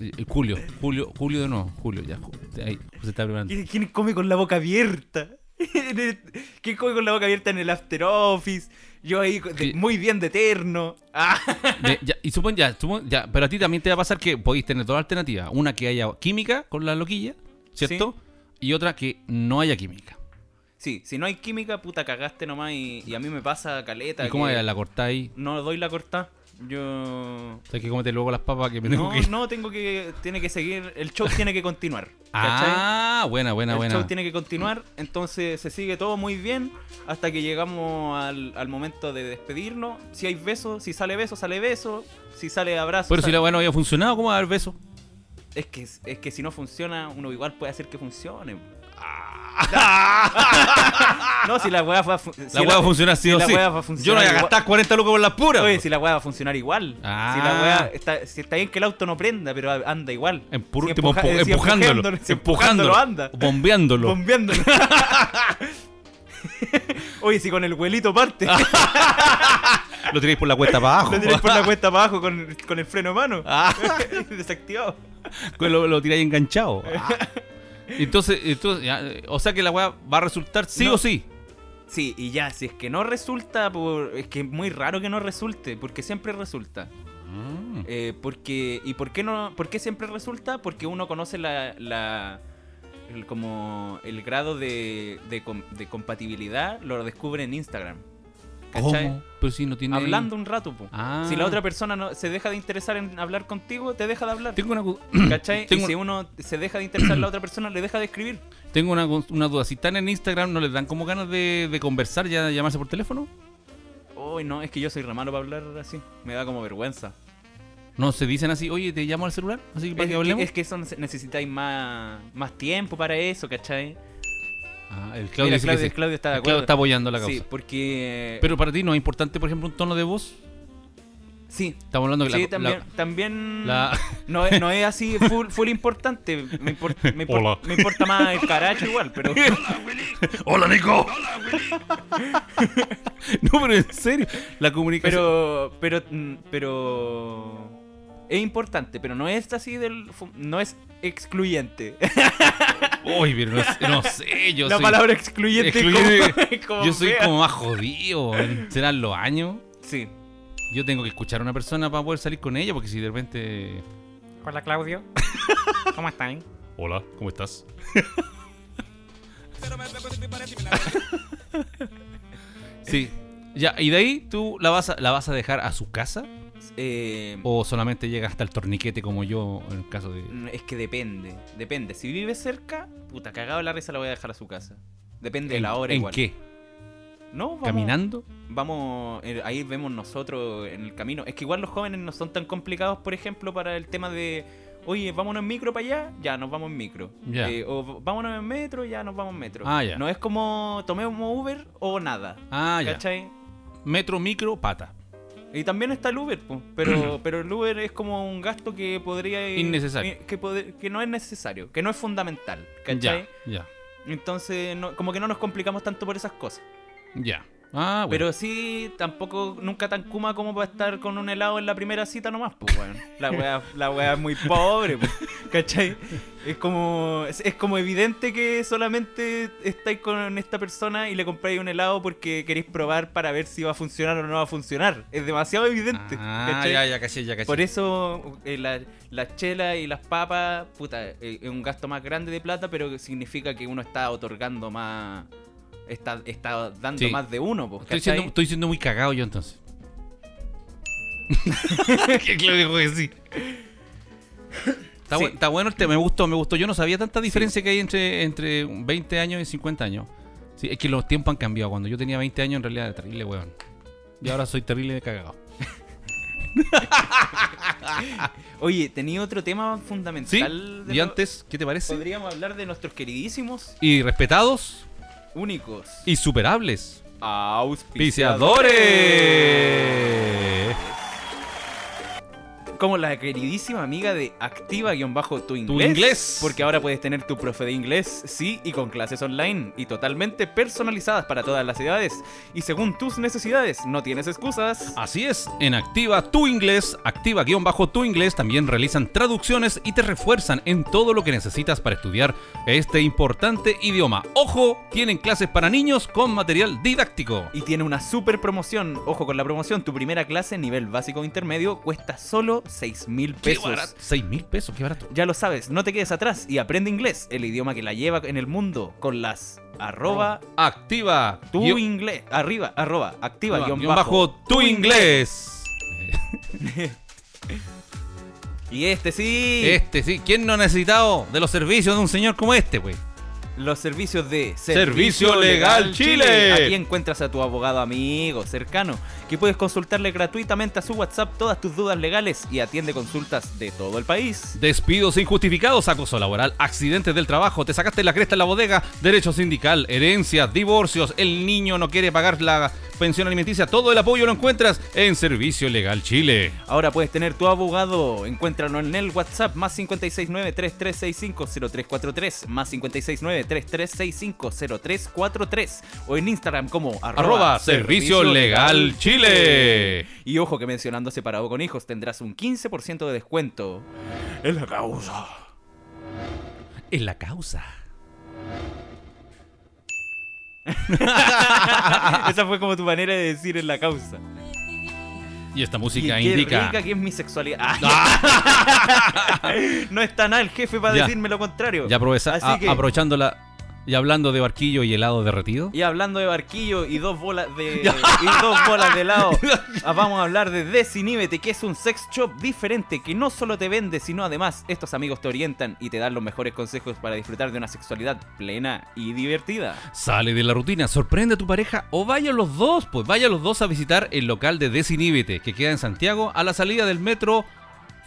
A: Eh, Julio, Julio, Julio de nuevo, Julio, ya. Ju- Ahí, se está preparando.
B: ¿Qui- ¿Quién come con la boca abierta? ¿Quién come con la boca abierta en el After Office? Yo ahí, co- de-
A: Sí.
B: muy bien de terno. Ah,
A: De- ya, y supon ya, supon- ya, pero a ti también te va a pasar que podéis tener dos alternativas. Una que haya química con la loquilla, ¿cierto? Y otra que no haya química.
B: Sí, si no hay química, puta, cagaste nomás y, y a mí me pasa caleta.
A: ¿Y cómo
B: que
A: la cortáis?
B: No doy la corta. Yo...
A: ¿Sabes que comete luego las papas que me tengo
B: No,
A: que ir?
B: no, tengo que... Tiene que seguir... El show tiene que continuar. ¿cachai?
A: Ah, buena, buena,
B: el
A: buena.
B: show tiene que continuar, entonces se sigue todo muy bien hasta que llegamos al, al momento de despedirnos. Si hay besos, si sale beso, sale beso. Si sale abrazo.
A: Pero si
B: sale-
A: la weá no había funcionado, ¿cómo va a haber beso?
B: es, que, es que si no funciona, uno igual puede hacer que funcione. no, si la weá va a fun- si
A: Ah. La weá funciona así
B: si
A: o
B: la
A: sí.
B: weá va
A: Yo
B: a
A: no
B: funcionar
A: voy a
B: igual-
A: gastar 40 lucas por las puras.
B: Oye,
A: po.
B: si la weá va a funcionar igual.
A: Ah.
B: Si la weá está, si está bien que el auto no prenda, pero a- anda igual.
A: En por
B: Si
A: último,
B: empuja-
A: empu-
B: eh, si
A: empujándolo,
B: si
A: empujándolo,
B: anda.
A: bombeándolo.
B: Bombeándolo. Oye, si con el huelito parte,
A: lo tiráis por la cuesta para abajo.
B: lo tiráis por la cuesta para abajo con, con el freno de mano. Desactivado.
A: lo, lo tiráis enganchado.
B: Ah.
A: Entonces, entonces ya, eh, o sea que la weá va a resultar sí
B: No.
A: o sí.
B: Sí, y ya, si es que no resulta, por- es que es muy raro que no resulte, porque siempre resulta. Eh, porque, ¿Y por qué, no, por qué siempre resulta? Porque uno conoce la, la- el, como el grado de, de com- de compatibilidad, lo descubre en Instagram. ¿Cachai?
A: ¿Cómo? Pero si no tiene.
B: Hablando un rato, po.
A: Ah.
B: Si la otra persona no, se deja de interesar en hablar contigo, te deja de hablar.
A: Tengo una, cu-
B: ¿Cachai?
A: tengo-
B: Y si uno se deja de interesar, la otra persona le deja de escribir.
A: tengo una, cons- una duda. Si están en Instagram, ¿no les dan como ganas de, de conversar, ya de llamarse por teléfono?
B: Uy, no, es que yo soy re malo para hablar así. Me da como vergüenza.
A: ¿No se dicen así, oye, te llamo al celular? Así que para
B: Es
A: que
B: que,
A: hablemos.
B: es que eso nece- necesitáis más, más tiempo para eso, ¿cachai?
A: Ah, el Claudio,
B: Mira,
A: dice que sí.
B: Claudio- Claudio está de
A: El Claudio
B: acuerdo.
A: está apoyando la causa.
B: Sí, porque.
A: Pero para ti no es importante, por ejemplo, un tono de voz.
B: sí,
A: Estamos hablando que la-
B: sí,
A: la,
B: también. también
A: la-
B: No, es- no es así full, full importante. Me, impor- me impor-
A: Hola.
B: me importa más el caracho igual, pero.
A: ¡Hola, Nico! no, pero en serio, la comunicación.
B: Pero, pero, mm, pero es importante, pero no es así del, fu- no es excluyente.
A: Uy, pero no, sé- no sé, yo
B: La
A: soy.
B: palabra excluyente. es como-
A: Excluyente.
B: es como
A: yo soy
B: fea.
A: como más jodido. weón. ¿Serán los años?
B: Sí.
A: Yo tengo que escuchar a una persona para poder salir con ella, porque si de repente.
E: Hola, Claudio. ¿Cómo están?
A: Hola, ¿cómo estás? sí. Ya, y de ahí tú la vas a, la vas a dejar a su casa
B: Eh,
A: o solamente llegas hasta el torniquete como yo en el caso de
B: mm, es que depende, depende. Si vive cerca, puta, cagado la risa la voy a dejar a su casa. Depende de
A: ¿En-
B: la hora
A: ¿En
B: igual.
A: qué?
B: No, vamos,
A: ¿Caminando?
B: Vamos, eh, ahí vemos nosotros en el camino. Es que igual los jóvenes no son tan complicados, por ejemplo, para el tema de, oye, vámonos en micro para allá, ya nos vamos en micro.
A: Ya.
B: Eh, o v- vámonos en metro, ya nos vamos en metro.
A: Ah, ya.
B: No es como tomemos Uber o nada.
A: Ah, ya.
B: ¿Cachai?
A: Metro, micro, pata.
B: Y también está el Uber, po, pero, pero el Uber es como un gasto que podría...
A: Innecesario.
B: eh, Que, pod- que no es necesario, que no es fundamental. ¿Cachai?
A: Ya,
B: Entonces, no- como que no nos complicamos tanto por esas cosas.
A: ya, ya. Ah, bueno.
B: Pero sí, tampoco, nunca tan kuma como para estar con un helado en la primera cita nomás, pues, weón. La weá, la weá es muy pobre, pues, ¿cachai? Es como, es, es como evidente que solamente estáis con esta persona y le compráis un helado porque queréis probar para ver si va a funcionar o no va a funcionar. Es demasiado evidente,
A: ah,
B: ¿cachai?
A: ya, ya, caché, ya, caché.
B: Por eso eh, la, la chela y las papas, puta, eh, es un gasto más grande de plata, pero que significa que uno está otorgando más... Está, está dando
A: Sí.
B: más de uno, pues,
A: estoy,
B: ¿cachai?
A: siendo, estoy siendo muy cagado yo entonces. que Claudio dijo que sí. Está,
B: Sí.
A: bu- está bueno el tema, me gustó, me gustó. Yo no sabía tanta diferencia que hay entre, entre 20 años y 50 años. Sí, es que los tiempos han cambiado. Cuando yo tenía 20 años, en realidad era terrible, weón. Y ahora soy terrible de cagado.
B: Oye, tenía otro tema
A: ¿Sí?
B: fundamental. de
A: Y
B: lo-
A: antes, ¿qué te parece?
B: Podríamos hablar de nuestros queridísimos
A: Y respetados
B: únicos.
A: y superables.
B: Auspiciadores.
A: ¡Piciadores!
B: Como la queridísima amiga de Activa-tu inglés.
A: inglés.
B: Porque ahora puedes tener tu profe de inglés, sí, y con clases online y totalmente personalizadas para todas las edades. Y según tus necesidades, no tienes excusas.
A: Así es, en Activa Tu Inglés, activa guión bajo Tu Inglés también realizan traducciones y te refuerzan en todo lo que necesitas para estudiar este importante idioma. Ojo, tienen clases para niños con material didáctico.
B: Y tiene una super promoción. Ojo con la promoción. Tu primera clase, nivel básico intermedio, cuesta solo 6 mil
A: Qué
B: pesos.
A: barato, 6 mil pesos, qué barato.
B: Ya lo sabes, no te quedes atrás y aprende inglés, el idioma que la lleva en el mundo, con las arroba
A: Activa
B: tu
A: guión-
B: inglés. Arriba, arroba, activa, guión,
A: guión
B: bajo.
A: bajo Tu Inglés.
B: Y este sí,
A: Este sí, ¿quién no ha necesitado de los servicios de un señor como este, güey?
B: los servicios de
A: Servicio Legal Chile.
B: Aquí encuentras a tu abogado amigo, cercano, que puedes consultarle gratuitamente a su WhatsApp todas tus dudas legales y atiende consultas de todo el país.
A: Despidos injustificados, acoso laboral, accidentes del trabajo, te sacaste la cresta en la bodega, derecho sindical, herencias, divorcios, el niño no quiere pagar la pensión alimenticia, todo el apoyo lo encuentras en Servicio Legal Chile.
B: Ahora puedes tener tu abogado. Encuéntranos en el WhatsApp más 569-3365-0343, más 569-3365-0343 o en Instagram como arroba,
A: Arroba Servicio Legal Chile.
B: Y ojo que mencionando separado con hijos tendrás un 15% de descuento.
A: Es la causa.
B: Esa fue como tu manera de decir en la causa.
A: Y esta
B: Y
A: música
B: qué
A: indica... Ah.
B: rica que es mi sexualidad. no está nada el jefe para
A: Ya.
B: decirme lo contrario.
A: Ya aproveza-
B: Así
A: a-
B: que-
A: aprovechándola y hablando de barquillo y helado derretido.
B: Y hablando de barquillo y dos bolas de y dos bolas de helado, ah, vamos a hablar de Desiníbete, que es un sex shop diferente que no solo te vende, sino además estos amigos te orientan y te dan los mejores consejos para disfrutar de una sexualidad plena y divertida.
A: Sale de la rutina, sorprende a tu pareja o vayan los dos, pues vayan los dos a visitar el local de Desiníbete, que queda en Santiago, a la salida del metro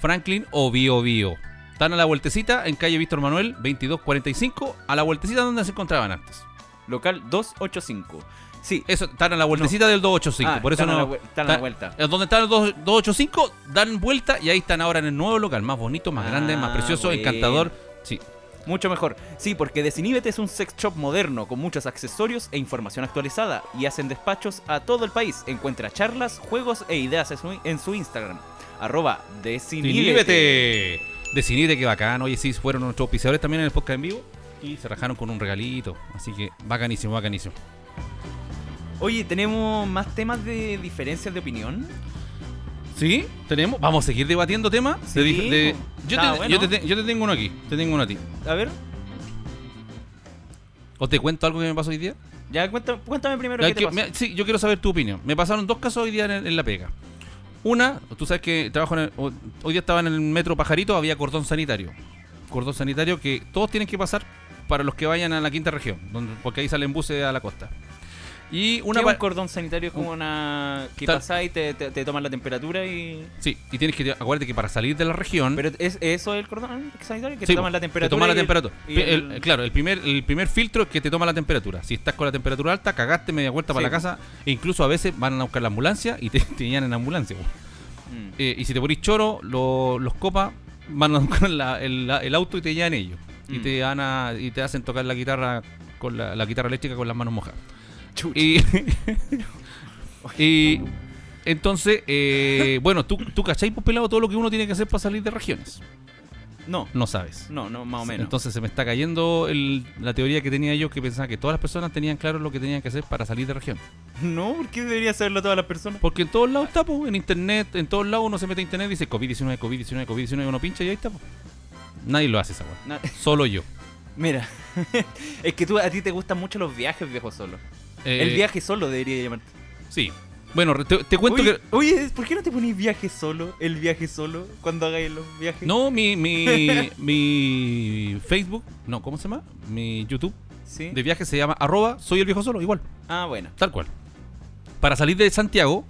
A: Franklin o Bio Bio. Están a la vueltecita en calle Víctor Manuel 2245, a la vueltecita donde se encontraban antes.
B: Local 285. Sí,
A: Eso, están a la vueltecita del 285,
B: Ah,
A: por eso
B: están a
A: no.
B: la vue- están a la vuelta.
A: eh, Donde están los dos- 285, dan vuelta y ahí están ahora en el nuevo local, más bonito, más
B: Ah,
A: grande, más precioso,
B: bueno.
A: encantador. Sí,
B: Mucho mejor. Sí, porque Desiníbete es un sex shop moderno con muchos accesorios e información actualizada y hacen despachos a todo el país. Encuentra charlas, juegos e ideas en su, en su Instagram. Arroba Desiníbete.
A: Desinhíbete. Desinhíbete, que bacán. Oye, sí, fueron nuestros auspiciadores también en el podcast en vivo. Y se rajaron con un regalito. Así que bacanísimo, bacanísimo.
B: Oye, ¿tenemos más temas de diferencias de opinión?
A: ¿Sí? ¿Tenemos? ¿Vamos a seguir debatiendo temas?
B: Sí,
A: De dif- de-
B: po.
A: yo,
B: Está
A: te,
B: bueno.
A: yo te- yo te tengo uno aquí. Te tengo uno a ti.
B: A ver,
A: ¿O te cuento algo que me pasó hoy día?
B: ya cuéntame, cuéntame primero
A: Ya
B: qué te
A: que-
B: pasó.
A: mira, sí, yo quiero saber tu opinión. Me pasaron dos casos hoy día en, en la pega. Una, tú sabes que trabajo en el- ho- hoy día estaba en el metro Pajarito, había cordón sanitario. Cordón sanitario que todos tienen que pasar para los que vayan a la quinta región, donde- porque ahí salen buses a la costa. Y
B: ¿Qué
A: una
B: es
A: pa-
B: un cordón sanitario es como una... que
A: Tal-
B: pasa y te, te- te toman la temperatura y...
A: Sí, y tienes que acuérdate que para salir de la región
B: ¿Pero es, eso es el cordón sanitario? ¿Que
A: Mm. Sí,
B: te toman
A: po,
B: la
A: Te
B: temperatura?
A: toman la
B: y el-
A: temperatura.
B: y
A: Pi-
B: el-
A: el- claro, el primer, el primer filtro es que te toma la temperatura. Si estás con la temperatura alta, cagaste media vuelta para la
B: Sí,
A: casa. E incluso a veces van a buscar la ambulancia y te, te llevan en ambulancia. po.
B: Mm.
A: Eh, y si te ponís choro, lo- los copas van a buscar la- el, la- el auto y te llevan ellos. Y,
B: Mm.
A: te van a- y te hacen tocar la guitarra con la, la guitarra eléctrica con las manos mojadas.
B: Chucha.
A: Y, y entonces, eh, bueno, tú, tú cacháis, pues pelado, todo lo que uno tiene que hacer para salir de regiones.
B: No,
A: No sabes.
B: no, no, más o menos.
A: Entonces se me está cayendo el- la teoría que tenía yo que pensaba que todas las personas tenían claro lo que tenían que hacer para salir de región.
B: No, ¿por qué debería saberlo todas las personas?
A: Porque en todos lados está, po, en internet, en todos lados uno se mete a internet y dice COVID-19, COVID-19, COVID-19, uno pincha y ahí está. po. Nadie lo hace esa weá.
B: Na-
A: Solo yo.
B: Mira, es que tú, a ti te gustan mucho los viajes, viejo solo.
A: Eh,
B: El viaje solo debería llamarte.
A: Sí. Bueno, re- te, te cuento
B: oye,
A: que.
B: oye, ¿por qué no te ponís viaje solo? El viaje solo, cuando hagáis los viajes.
A: No, mi, mi, mi Facebook, no, ¿cómo se llama? Mi YouTube
B: ¿Sí?
A: de viajes se llama arroba soy el viejo solo, igual,
B: Ah, bueno.
A: tal cual. Para salir de Santiago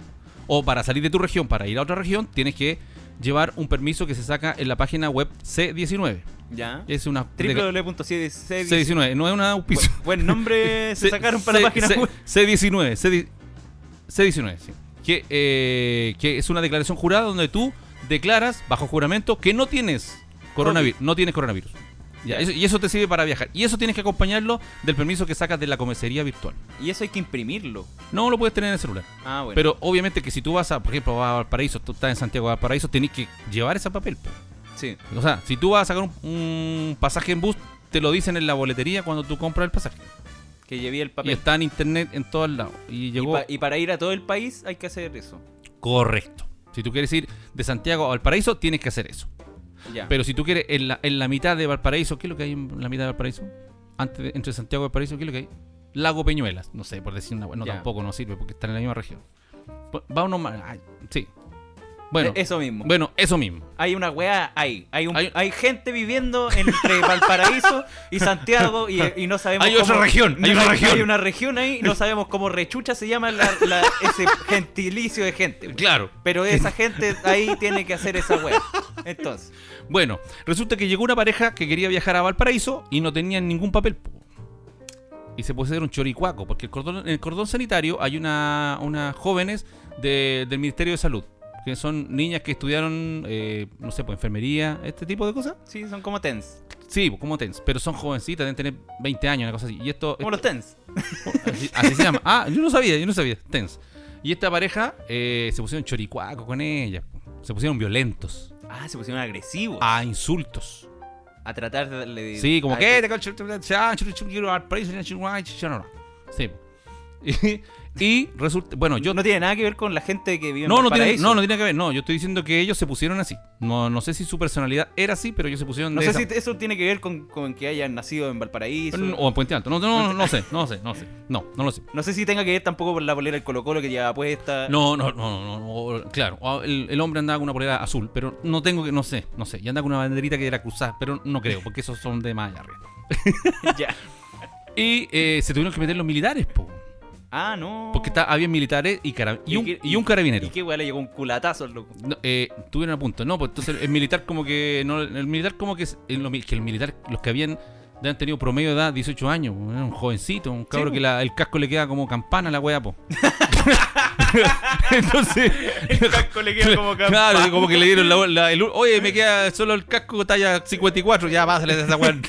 A: o para salir de tu región, para ir a otra región, tienes que llevar un permiso que se saca en la página web C19.
B: Ya.
A: Es una... Eh, de-
B: www.c19.
A: C19, no es una auspicio.
B: Buen nombre se
A: C-
B: sacaron para
A: C-
B: la página
A: C-
B: web.
A: C19, C- C19, sí. Que, eh, que es una declaración jurada donde tú declaras bajo juramento que no tienes coronavirus. No tienes coronavirus. Ya, eso- y eso te sirve para viajar. Y eso tienes que acompañarlo del permiso que sacas de la comisaría virtual.
B: Y eso hay que imprimirlo.
A: No lo puedes tener en el celular.
B: Ah, bueno.
A: Pero obviamente que si tú vas a, por ejemplo, vas a Valparaíso, tú estás en Santiago de Valparaíso, tenés que llevar ese papel. po.
B: sí.
A: O sea, si tú vas a sacar un, un pasaje en bus, te lo dicen en la boletería cuando tú compras el pasaje.
B: Que llevé el
A: Y
B: papel.
A: está en internet en todos lados. Y
B: Y,
A: llegó.
B: pa- y para ir a todo el país hay que hacer eso.
A: Correcto. Si tú quieres ir de Santiago a Valparaíso, tienes que hacer eso.
B: Ya.
A: Pero si tú quieres en la, en la mitad de Valparaíso, ¿qué es lo que hay en la mitad de Valparaíso? Antes de- entre Santiago y Valparaíso, ¿qué es lo que hay? Lago Peñuelas, no sé, por decir una. No,
B: Ya.
A: tampoco no sirve porque están en la misma región. Po- Va uno más. ay, sí. Bueno,
B: Eh, eso mismo.
A: bueno, eso mismo.
B: Hay una weá, hay. Hay, un-
A: Hay-
B: hay gente viviendo entre Valparaíso y Santiago y, y no sabemos
A: Hay otra región, hay
B: no-
A: una región.
B: Hay una región ahí y no sabemos cómo rechucha se llama la- la- ese gentilicio de gente.
A: Claro.
B: Pero esa gente ahí tiene que hacer esa weá. Entonces,
A: Bueno, resulta que llegó una pareja que quería viajar a Valparaíso y no tenían ningún papel. po. Y se pusieron choricuaco, porque el cordón, en el cordón sanitario hay una- unas jóvenes de- del Ministerio de Salud, que son niñas que estudiaron, eh, no sé, pues enfermería, este tipo de cosas.
B: sí, son como tens.
A: Sí, pues, como TENS, pero son jovencitas, deben tener 20 años, una cosa así. Y esto,
B: Como los tens.
A: Así, así se llama. Ah, yo no sabía, yo no sabía. Tense. Y esta pareja eh, se pusieron choricuaco con ella. Se pusieron violentos.
B: Ah, se pusieron agresivos. A,
A: A insultos.
B: tratar de darle.
A: Ah. Sí, como
B: a-
A: que te cacho- te- te- ah, chur- chur- quiero al país, chur- chur- chur- no, no. Sí. Y, y resulta, bueno, yo
B: No tiene nada que ver con la gente que vive en
A: no, no tiene,
B: Valparaíso.
A: no, no tiene que ver, no, yo estoy diciendo que ellos se pusieron así. No, no sé si su personalidad era así, pero ellos se pusieron
B: No
A: de
B: sé
A: esa-
B: si eso tiene que ver con, con que hayan nacido en Valparaíso.
A: o en Puente Alto. No, no, no, no sé, no sé, no sé. No, no lo sé.
B: No sé si tenga que ver tampoco por la polera del Colo Colo que lleva puesta.
A: No, no, no, no, no, o- claro. o El, el hombre andaba con una polera azul, pero no tengo que, no sé, no sé. Y anda con una banderita que era cruzada, pero no creo, porque esos son de más allá arriba.
B: Ya.
A: Y eh, se tuvieron que meter los militares, po,
B: Ah, no.
A: porque está, había militares y, cara- y, un,
B: qué-
A: y un carabinero.
B: ¿Y qué weá le llegó un culatazo al loco?
A: No, eh, tuvieron a punto, no, pues entonces el militar como que no, el militar como que, es- en lo mi- que el militar, los que habían, habían tenido promedio de edad 18 años, era un jovencito, un cabro
B: Sí,
A: que la- el casco le queda como campana a la weá, po. entonces,
B: casco le queda como
A: claro, como que le dieron la, la- el- oye, me queda solo el casco talla 54, ya pásale a esa weá.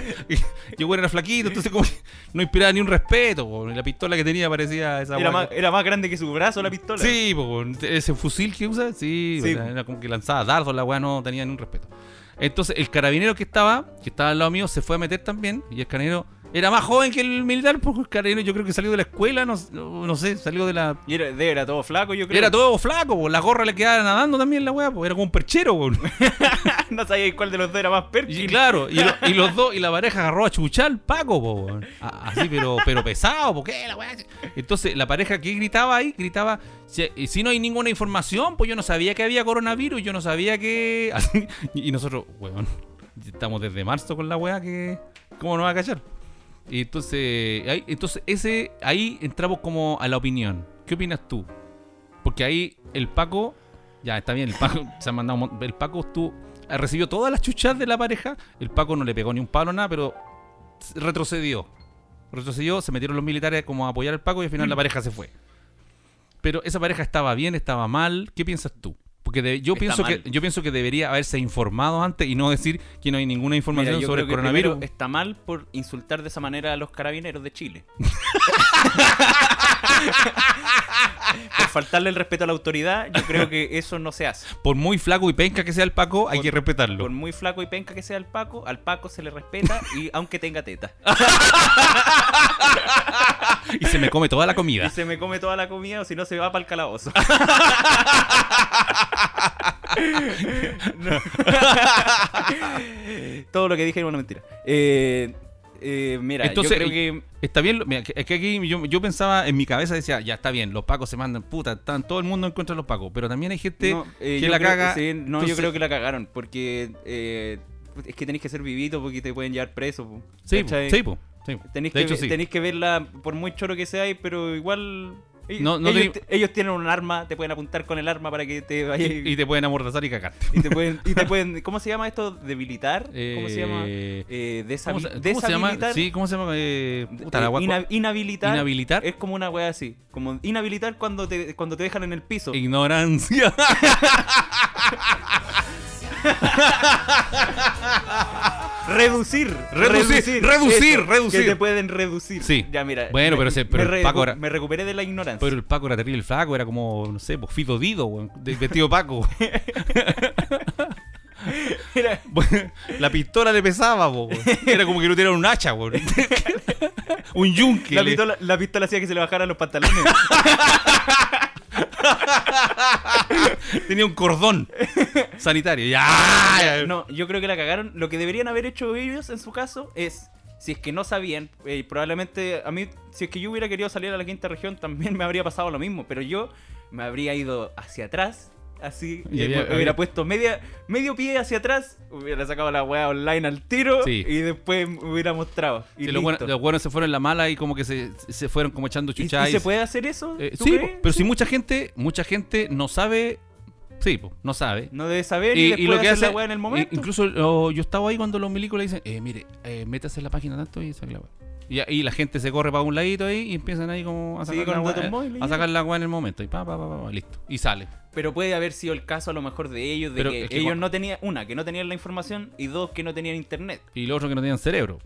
A: Y el weón era flaquito, entonces como que no inspiraba ni un respeto, po, y la pistola que tenía parecía esa
B: Era
A: weá
B: más, era más grande que su brazo la pistola.
A: Sí, po, weón. ese fusil que usa, sí,
B: Sí,
A: o sea,
B: po.
A: era como que lanzaba dardos, la weá no tenía ningún respeto. Entonces, el carabinero que estaba, que estaba al lado mío, se fue a meter también, y el carabinero era más joven que el militar, porque el carabinero yo creo que salió de la escuela, no, no- no sé, salió de la...
B: Y era, era todo flaco, yo creo.
A: Era todo flaco, po, la gorra le quedaba nadando también la weá, po, era como un perchero, po.
B: no sabía cuál de los dos era más perky.
A: Y claro, y, lo- y los dos, y la pareja agarró a chuchar al Paco, po, weón. A- así, pero, pero pesado, porque la weá. Entonces, la pareja que gritaba ahí, gritaba, si, y si no hay ninguna información, pues yo no sabía que había coronavirus, yo no sabía que. así. y y nosotros, weón, estamos desde marzo con la weá que. ¿Cómo nos va a cachar? Y entonces, ahí, entonces ese, ahí entramos como a la opinión. ¿Qué opinas tú? Porque ahí el Paco, ya está bien, el Paco se ha mandado, un mon- el Paco estuvo- eh, recibió todas las chuchas de la pareja, el Paco no le pegó ni un palo nada, pero s- retrocedió. Retrocedió, se metieron los militares como a apoyar al Paco y al
B: Mm.
A: final la pareja se fue. Pero esa pareja estaba bien, estaba mal, ¿qué piensas tú? Porque de- yo
B: Está
A: pienso
B: mal.
A: que yo pienso que debería haberse informado antes y no decir que no hay ninguna información
B: yo
A: sobre
B: creo
A: el
B: que
A: coronavirus.
B: primero Está mal por insultar de esa manera a los carabineros de Chile. por faltarle el respeto a la autoridad, yo creo que eso no se hace.
A: Por muy flaco y penca que sea el Paco, hay
B: Por-
A: que respetarlo.
B: Por muy flaco y penca que sea el Paco, al Paco se le respeta y aunque tenga teta.
A: Y se me come toda la
B: Y
A: comida.
B: se me come toda la comida o si no se va para el calabozo. No. Todo lo que dije era una mentira. Eh, Eh, mira,
A: Entonces,
B: yo creo que.
A: Está bien, lo- mira, que- es que aquí yo, yo pensaba en mi cabeza, decía, ya está bien, los pacos se mandan puta, están todo el mundo en contra de los pacos, pero también hay gente
B: no, eh,
A: este, que
B: yo
A: la
B: creo-
A: caga.
B: sí, no,
A: entonces-
B: yo creo que la cagaron. Porque eh, es que tenéis que ser vivito porque te pueden llevar preso. po,
A: Sí, po,
B: ¿cachai?
A: sí, po, sí.
B: Tenéis
A: de
B: que,
A: hecho, sí.
B: tenéis que verla por muy choro que seáis, pero igual. eh,
A: No- no
B: ellos,
A: te-
B: te- ellos tienen un arma, te pueden apuntar con el arma para que te vayas.
A: Y, y te pueden amordazar y cagarte.
B: y te pueden, y te pueden. ¿Cómo se llama esto? ¿Debilitar? ¿Cómo se llama?
A: Eh,
B: Eh,
A: ¿Cómo se,
B: desabi-
A: cómo se llama?
B: deshabilitar.
A: Sí, ¿cómo se llama? Eh, puta,
B: Eh,
A: la guapo-
B: ina- inhabilitar,
A: Inhabilitar.
B: es como una wea así. Como inhabilitar cuando te, cuando te dejan en el piso.
A: Ignorancia.
B: Reducir.
A: Reducir, reducir, reducir.
B: Que te pueden reducir.
A: Sí.
B: Ya, mira.
A: Bueno,
B: me-
A: pero ese-
B: me
A: pero el
B: recu-
A: Paco era-
B: Me recuperé de la ignorancia.
A: Pero el Paco era terrible el flaco, era como, no sé, pues Fido Dido, weón, de- vestido Paco.
B: Era-
A: Bueno, la pistola le pesaba, po, weón. era como que no tuviera un hacha, weón. un yunque.
B: la,
A: le-
B: pistola, la pistola hacía que se le bajaran los pantalones.
A: Tenía un cordón sanitario. Ya,
B: no, yo creo que la cagaron. Lo que deberían haber hecho ellos en su caso es. Si es que no sabían, eh, probablemente a mí, si es que yo hubiera querido salir a la quinta región, también me habría pasado lo mismo. Pero yo me habría ido hacia atrás, así,
A: Y
B: eh,
A: había-
B: me hubiera
A: había-
B: puesto media, medio pie hacia atrás, hubiera sacado la weá online al tiro
A: Sí.
B: y después me hubiera mostrado. Y
A: Sí, los, buenos,
B: listo.
A: los buenos se fueron en la mala y como que se, se fueron como echando
B: ¿Y, y
A: chuchas.
B: se puede hacer eso?
A: Eh,
B: ¿Tú
A: sí,
B: crees?
A: po, pero si mucha gente, mucha gente no sabe. Sí, po, no sabe.
B: No debe saber y,
A: Y- y
B: después
A: lo que
B: hacer
A: hace
B: la weá en el momento.
A: i- Incluso lo- yo estaba ahí cuando los milicos le dicen, eh, mire, eh, métase en la página tanto y saque la weá. Y ahí la gente se corre para un ladito ahí y empiezan ahí como a
B: Sigue
A: sacar,
B: con
A: la,
B: el
A: weá, eh,
B: botón móvil y
A: a
B: ya.
A: sacar la weá en el momento. Y pa, pa, pa, pa, pa, listo. Y sale.
B: Pero puede haber sido el caso a lo mejor de ellos, de
A: Pero
B: que,
A: es que
B: ellos
A: cuando-
B: no tenían, una, que no tenían la información y dos, que no tenían internet.
A: Y los otros que no tenían cerebro.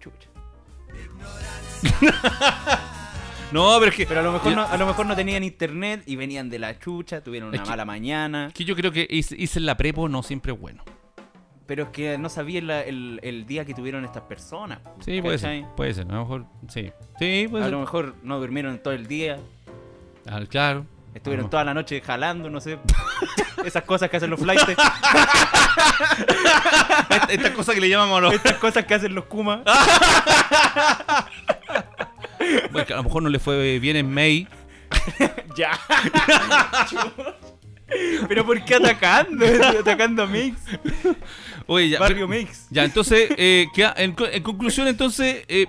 B: Chucha.
A: No, pero es que.
B: Pero a lo mejor
A: yo-
B: no, a lo mejor no tenían internet y venían de la chucha, tuvieron una
A: Es que-
B: mala mañana.
A: es que yo creo que hice, hice la prepo no siempre es bueno.
B: Pero es que no sabían la- el, el día que tuvieron estas personas.
A: Sí, puede
B: ¿cachai?
A: ser. Puede ser. A lo mejor. Sí. Sí, puede
B: A
A: ser.
B: lo mejor no durmieron todo el día,
A: Ah, claro.
B: estuvieron
A: A lo
B: toda la noche jalando, no sé. Esas cosas que hacen los flights,
A: Esta, esta cosa que le llamamos a los.
B: estas cosas que hacen los Kuma.
A: Bueno, que a lo mejor no le fue bien en May.
B: Ya. Pero ¿por qué atacando? atacando a Mix,
A: Oye, ya.
B: Barrio Mix.
A: Ya, entonces, eh, queda- en, co- en conclusión, entonces, eh,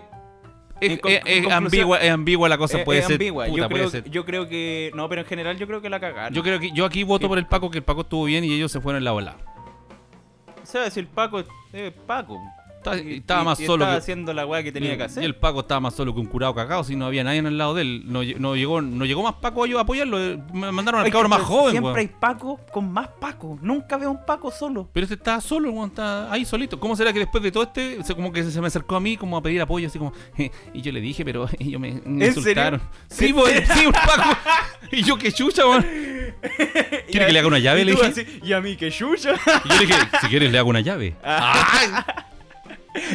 A: es,
B: En con-
A: es- es
B: en conclusión-
A: ambigua, es ambigua la cosa,
B: Eh,
A: puede
B: es
A: ser.
B: ambigua.
A: puta,
B: yo,
A: puede
B: creo,
A: ser. Yo,
B: yo creo que. No, pero en general yo creo que la cagaron.
A: creo que yo aquí voto por el Paco, que el Paco estuvo bien y ellos se fueron en la ola.
B: ¿Sabes? El Paco. eh, Paco.
A: Estaba,
B: Y-
A: estaba
B: y-
A: más
B: y
A: solo
B: Estaba
A: que.
B: haciendo la weá que tenía que
A: Y
B: hacer.
A: el Paco estaba más solo que un curado cagado, si no había nadie al lado de él. No, lle- no llegó, no llegó más Paco a yo- a apoyarlo. eh, Me mandaron al
B: Ay,
A: cabro más
B: pero
A: joven,
B: Siempre
A: weón.
B: hay Paco con más Paco. Nunca veo un Paco solo.
A: Pero este estaba solo, weón, estaba ahí solito. ¿Cómo será que después de todo este, se, como que se me acercó a mí como a pedir apoyo, así como, eh, y yo le dije, pero ellos me, me
B: ¿En serio?
A: insultaron. Sí, po, sí, un Paco. Y yo, qué chucha, weón. ¿Quiere que le haga una llave?
B: Y
A: Le
B: tú
A: dije.
B: así, y a mí que chucha.
A: Y yo le dije, si quieres le hago una llave.
B: Ah.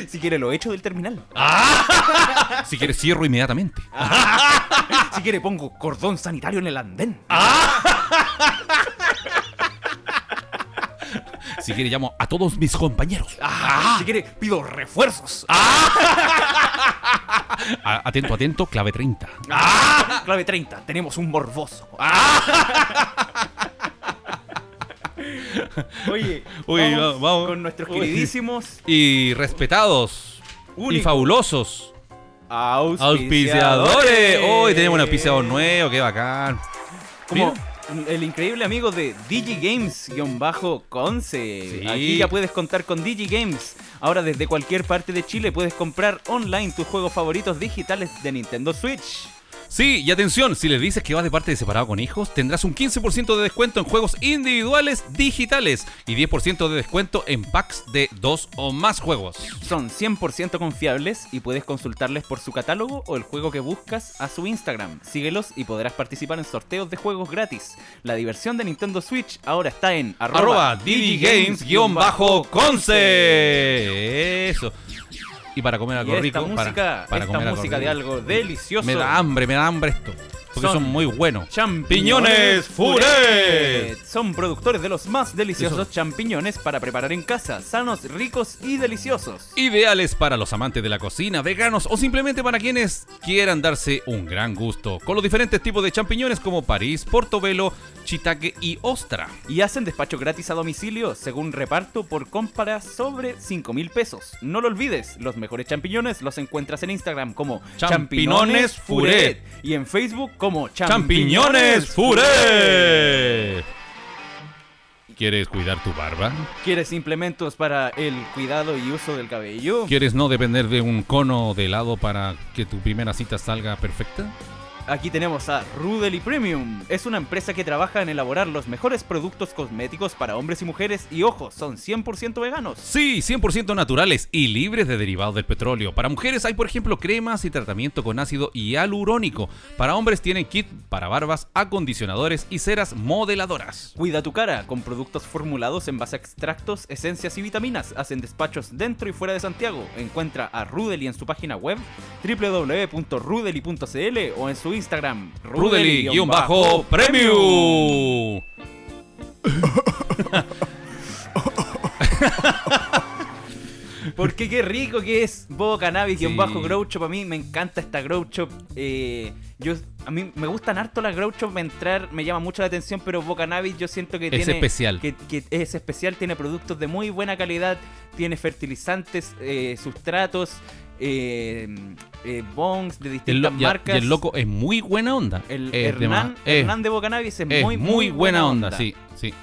B: si quiere, lo echo del terminal.
A: Si quieres cierro inmediatamente.
B: Ah. Si quiere, pongo cordón sanitario en el andén.
A: Si quieres llamo a todos mis compañeros.
B: Ah. Si quiere, pido refuerzos.
A: A- atento, atento, clave 30.
B: Ah, Clave 30, tenemos un morboso. Ah. Oye,
A: Uy,
B: vamos,
A: va- vamos.
B: con nuestros
A: Uy.
B: queridísimos
A: Y respetados. Y
B: Único.
A: fabulosos.
B: auspiciadores.
A: Auspiciadores. Hoy tenemos un auspiciador nuevo, qué bacán.
B: Como
A: Mira.
B: el increíble amigo de DigiGames-Conce.
A: Sí.
B: Aquí ya puedes contar con DigiGames. Ahora desde cualquier parte de Chile puedes comprar online tus juegos favoritos digitales de Nintendo Switch.
A: Sí, y atención, si les dices que vas de parte de separado con hijos, tendrás un 15% de descuento en juegos individuales digitales y 10% de descuento en packs de dos o más juegos.
B: Son 100% confiables y puedes consultarles por su catálogo o el juego que buscas a su Instagram. Síguelos y podrás participar en sorteos de juegos gratis. La diversión de Nintendo Switch ahora está en
A: Arroba
B: DigiGames-Conce.
A: DigiGames-Conce. Eso. Y para comer
B: Y
A: algo
B: esta
A: rico. para-
B: música,
A: para
B: esta
A: comer algo
B: música de
A: rico.
B: algo delicioso.
A: Me da hambre, me da hambre esto. Porque son,
B: Son
A: muy buenos. Champiñones
B: Champiñones
A: Furet.
B: Furet. Son productores de los más deliciosos
A: Deliciosos.
B: champiñones para preparar en casa, sanos, ricos y deliciosos.
A: Ideales para los amantes de la cocina, veganos o simplemente para quienes quieran darse un gran gusto. Con los diferentes tipos de champiñones como París, Portobelo, Chitaque y Ostra.
B: Y hacen despacho gratis a domicilio según reparto por compra sobre 5 mil pesos. No lo olvides, los mejores champiñones los encuentras en Instagram como
A: Champiñones Furet.
B: y en Facebook como
A: ¡Champiñones Furet! ¿Quieres cuidar tu barba?
B: ¿Quieres implementos para el cuidado y uso del cabello?
A: ¿Quieres no depender de un cono de helado para que tu primera cita salga perfecta?
B: Aquí tenemos a Rudely Premium. Es una empresa que trabaja en elaborar los mejores productos cosméticos para hombres y mujeres y ojo, son 100% veganos.
A: Sí, 100% naturales y libres de derivados del petróleo. Para mujeres hay, por ejemplo, cremas y tratamiento con ácido hialurónico. Para hombres tienen kit para barbas, acondicionadores y ceras modeladoras.
B: Cuida tu cara con productos formulados en base a extractos, esencias y vitaminas. Hacen despachos dentro y fuera de Santiago. Encuentra a Rudely en su página web www.rudely.cl o en su Instagram
A: Rudely-Premium.
B: Porque qué rico que es Bobo Cannabis y un bajo Grow Shop. A mí me encanta esta Grow Shop. Eh, yo, a mí me gustan harto las Grow Shop. Entrar me llama mucho la atención, pero Bobo Cannabis yo siento que
A: Es
B: tiene.
A: especial.
B: Que, que es especial, tiene productos de muy buena calidad, tiene fertilizantes, eh, sustratos, eh, eh, bongs de
A: El
B: distintas
A: lo- ya-
B: marcas.
A: y el loco es muy buena onda.
B: El
A: Es de
B: Hernán,
A: más- es-
B: Hernán de Bocanabis es,
A: es
B: muy, muy buena, onda.
A: sí, sí.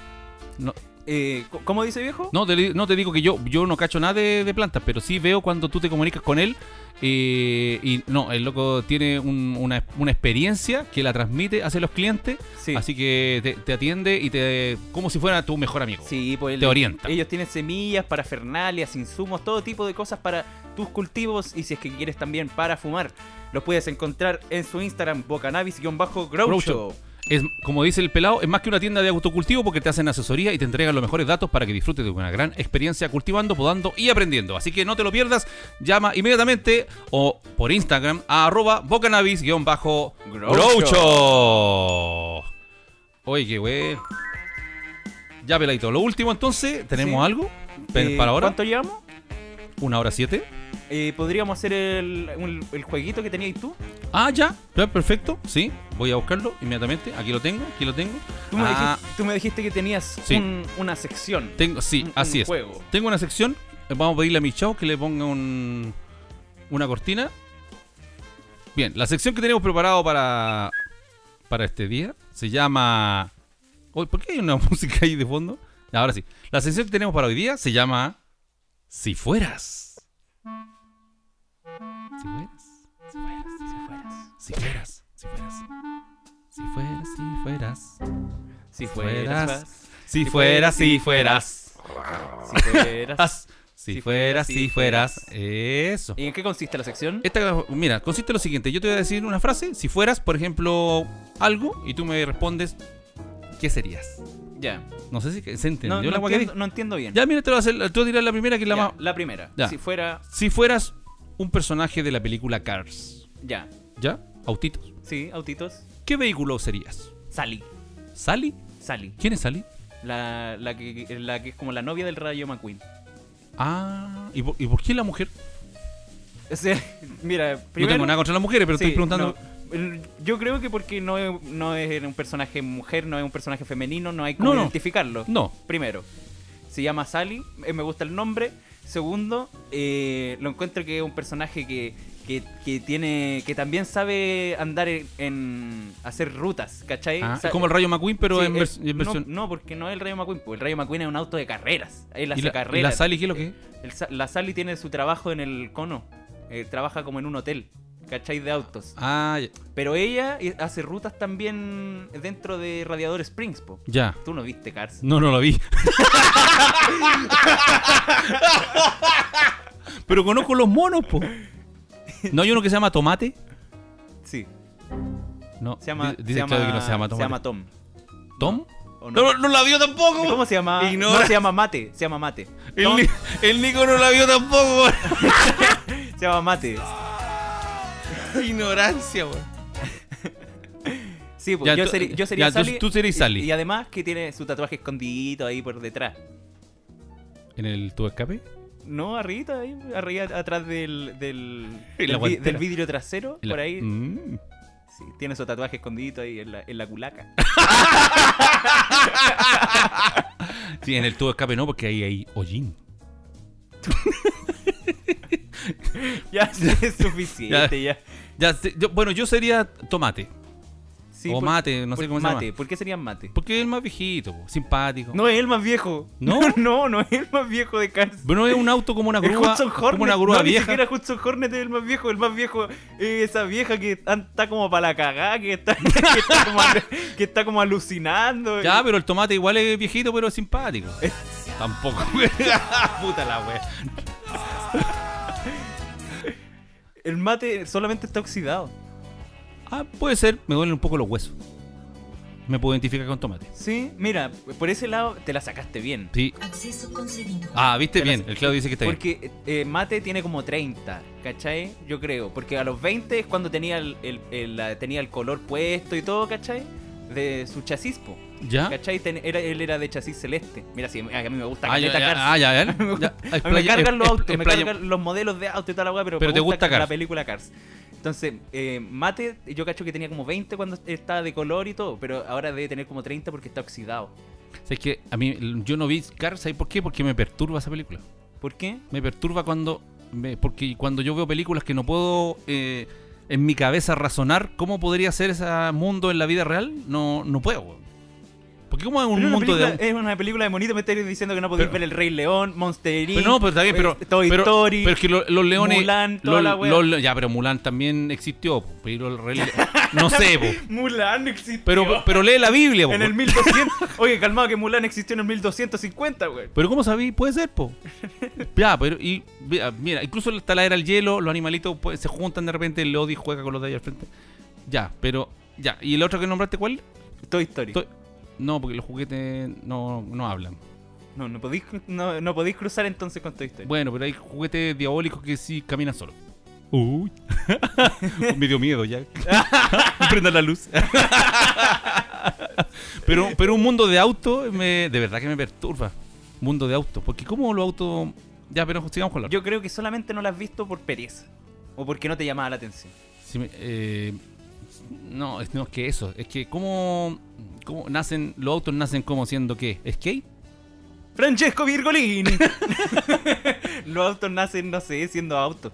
A: No,
B: Eh, ¿Cómo dice viejo?
A: No te, li- no te digo que yo, yo no cacho nada de, de plantas, pero sí veo cuando tú te comunicas con él. eh, y no, el loco tiene un- una, una experiencia que la transmite hacia los clientes.
B: Sí.
A: Así que te, te atiende y te. como si fuera tu mejor amigo.
B: Sí, pues
A: Te orienta.
B: Ellos tienen semillas, parafernalias, insumos, todo tipo de cosas para tus cultivos y si es que quieres también para fumar. Los puedes encontrar en su Instagram, bocanabis-groucho.
A: Groucho. Es, como dice el pelado, es más que una tienda de autocultivo porque te hacen asesoría y te entregan los mejores datos para que disfrutes de una gran experiencia cultivando, podando y aprendiendo. Así que no te lo pierdas, llama inmediatamente o por Instagram a arroba bocanabis-groucho. Oye, qué wey. Ya, peladito. Lo último entonces, ¿tenemos
B: Sí.
A: algo? Pe-
B: Eh,
A: para ahora,
B: ¿Cuánto llevamos?
A: una hora siete.
B: Eh, ¿Podríamos hacer el, un- el jueguito que tenías tú?
A: Ah, ya, ya, perfecto. Sí, voy a buscarlo inmediatamente. Aquí lo tengo, aquí lo tengo.
B: Tú me,
A: Ah.
B: dijiste, tú me dijiste que tenías
A: Sí.
B: un- una sección.
A: Tengo, sí,
B: Un-
A: así
B: un
A: es.
B: juego.
A: Tengo una sección. eh, Vamos a pedirle a mi chavo que le ponga un, una cortina. Bien, la sección que tenemos preparado para, para este día se llama. Uy, ¿Por qué hay una música ahí de fondo? Ya, Ahora sí. La sección que tenemos para hoy día se llama Si fueras. Si fueras. Si fueras. Si fueras. Si fueras. Si fueras. Si fueras. fueras, Si
B: Si fueras.
A: fueras. Si fueras. Ah.
B: Si fueras.
A: As- Si fueras, si fueras. Eso.
B: ¿Y en qué consiste la sección?
A: Esta, mira, consiste en lo siguiente. Yo te voy a decir una frase. Si fueras, por ejemplo, algo, y tú me respondes, ¿qué serías?
B: Ya.
A: No sé si que- se entendió
B: No,
A: la
B: no,
A: guay que
B: entiendo,
A: dije.
B: no entiendo bien.
A: Ya, mira, te voy a, hacer, te voy a tirar la primera que es la
B: Ya,
A: más...
B: la primera.
A: Ya.
B: Si fuera.
A: Si fueras un personaje de la película Cars,
B: Ya.
A: ¿ya? Autitos.
B: Sí, autitos.
A: ¿Qué vehículo serías?
B: Sally.
A: ¿Sally?
B: Sally.
A: ¿Quién es Sally?
B: La, la, que, la que es como la novia del Rayo McQueen.
A: Ah, ¿y por, y por qué la mujer?
B: O sea, mira,
A: no tengo nada contra las mujeres, pero
B: sí,
A: estoy preguntando...
B: no, el- yo creo que porque no es, no es un personaje mujer, no es un personaje femenino, no hay
A: No,
B: cómo
A: no.
B: identificarlo.
A: No.
B: Primero, se llama Sally, eh, me gusta el nombre. Segundo, eh, lo encuentro que es un personaje que, que, que tiene que también sabe andar en, en- hacer rutas, ¿cachai?
A: Ah,
B: O sea,
A: es como el Rayo McQueen, pero
B: eh, Sí,
A: en,
B: eh,
A: vers- en
B: no-
A: versión...
B: No, porque no es el Rayo McQueen, porque el Rayo McQueen es un auto de carreras. Él hace
A: ¿Y la,
B: carreras.
A: y la Sally qué es lo que es?
B: El Sa- la Sally tiene su trabajo en el cono. eh, trabaja como en un hotel, ¿cachai? De autos.
A: Ah, ya.
B: Pero ella eh, hace rutas también dentro de Radiador Springs, po.
A: ya.
B: Tú no viste Cars.
A: No, no lo vi. Pero conozco los monos, po. ¿No hay uno que se llama Tomate?
B: Sí,
A: No.
B: se llama.
A: di-
B: se
A: Dice el
B: llama,
A: Claudio que no se llama Tomate.
B: se llama Tom.
A: ¿Tom?
B: ¿o no?
A: No, no la vio tampoco.
B: ¿Cómo se llama?
A: Ignora.
B: No se llama Mate, se llama Mate.
A: El,
B: Tom
A: Ni- el Nico no la vio tampoco.
B: se llama Mate.
A: Ignorancia, weón.
B: Sí, pues
A: Ya,
B: yo,
A: tú-
B: sería- yo sería
A: ya, tú-
B: Sally.
A: tú serías
B: y-
A: Sally.
B: Y, además que tiene su tatuaje escondidito ahí por detrás.
A: ¿En el tubo de escape?
B: No, arriba, ahí, arriba atrás del, del,
A: En la
B: del vi-
A: guantera.
B: del vidrio trasero,
A: En la-
B: por ahí.
A: Mm.
B: Sí, tiene su tatuaje escondidito ahí en la, en la culaca.
A: Sí, en el tubo de escape no, porque ahí hay hollín.
B: ya es suficiente, ya.
A: Ya, se- yo- bueno, yo sería tomate.
B: Sí,
A: O mate, no sé cómo se
B: mate.
A: llama.
B: ¿Por qué serían mate?
A: Porque es el más viejito, po, simpático.
B: No es el más viejo.
A: ¿No?
B: no, no es el más viejo de Cars.
A: Bueno, es un auto como una
B: El
A: grúa.
B: Hudson Hornet.
A: Como una grúa
B: no, Ni
A: vieja.
B: siquiera Hudson Hornet es el más viejo. El más viejo es esa vieja que an- está como para la cagada, que está, que está como, al- que está como alucinando.
A: Ya, pero el tomate igual es viejito, pero es simpático. Tampoco. Puta la wea.
B: El mate solamente está oxidado.
A: Ah, puede ser, me duelen un poco los huesos. Me puedo identificar con tomate.
B: Sí, mira, por ese lado te la sacaste bien.
A: Sí.
G: Acceso concedido.
A: Ah, viste
B: Te la-
A: bien. El Claudio dice que está bien.
B: Porque eh, Mate tiene como 30, ¿cachai? Yo creo. Porque a los 20 es cuando tenía el, el- el- la- tenía el color puesto y todo, ¿cachai? De su chasis, po,
A: ¿Ya?
B: ¿cachai? Ten- era, él era de chasis celeste. Mira, si a mí me gusta
A: Ah, ya,
B: caleta
A: ya,
B: Cars.
A: ah, ya, ya.
B: Me gusta-
A: Ya,
B: A mí me
A: explaya-
B: cargan los
A: es-
B: autos, me
A: explaya-
B: cargan los modelos de auto y toda la weá, pero,
A: Pero
B: me
A: te gusta Cars.
B: la película Cars. Entonces, eh, Mate, yo cacho que tenía como 20 cuando estaba de color y todo, pero ahora debe tener como 30 porque está oxidado.
A: ¿Sabes qué? A mí, yo no vi Cars, ¿sabes por qué? Porque me perturba esa película.
B: ¿Por qué?
A: Me perturba cuando. me- porque cuando yo veo películas que no puedo eh, en mi cabeza razonar cómo podría ser ese mundo en la vida real, no, no puedo. weón. Porque como es
B: Pero
A: un
B: una
A: mundo
B: película-
A: de.
B: Es una película de monito, me estáis diciendo que no podéis
A: Pero-
B: ver El Rey León, Monster Inc.
A: Pero no, pero está bien, pero.
B: eh, Toy
A: pero,
B: Story.
A: pero es que lo- los leones.
B: Mulan, toda
A: los-
B: la wea.
A: los- ya, pero Mulan también existió. po, Pero el rey- no sé, po.
B: Mulan existió.
A: Pero, pero lee la Biblia, po.
B: en el 1200. Oye, calmado que Mulan existió en el 1250, güey.
A: Pero ¿cómo sabí? Puede ser, po. Ya, pero. Y, vea, mira, incluso está la era del hielo, los animalitos pues, se juntan de repente, el Lodi juega con los de ahí al frente. Ya, pero. Ya, ¿y el otro que nombraste cuál?
B: Toy Story.
A: To- No, porque los juguetes no, no hablan.
B: No, no podéis, cru- no, no podéis cruzar entonces con Toy Story.
A: Bueno, pero hay juguetes diabólicos que sí caminan solos. Uy. Me dio miedo ya. Prendan la luz. pero, pero un mundo de auto me, de verdad que me perturba. Mundo de auto. Porque como los autos. Ya, pero sigamos con la
B: Yo creo que solamente no la has visto por pereza. O porque no te llamaba la atención.
A: Sí, me- eh, no, es, no, es que eso. Es que cómo, cómo nacen, los autos nacen como siendo qué? ¿Skate?
B: Francesco Virgolini. Los autos nacen, no sé, siendo autos.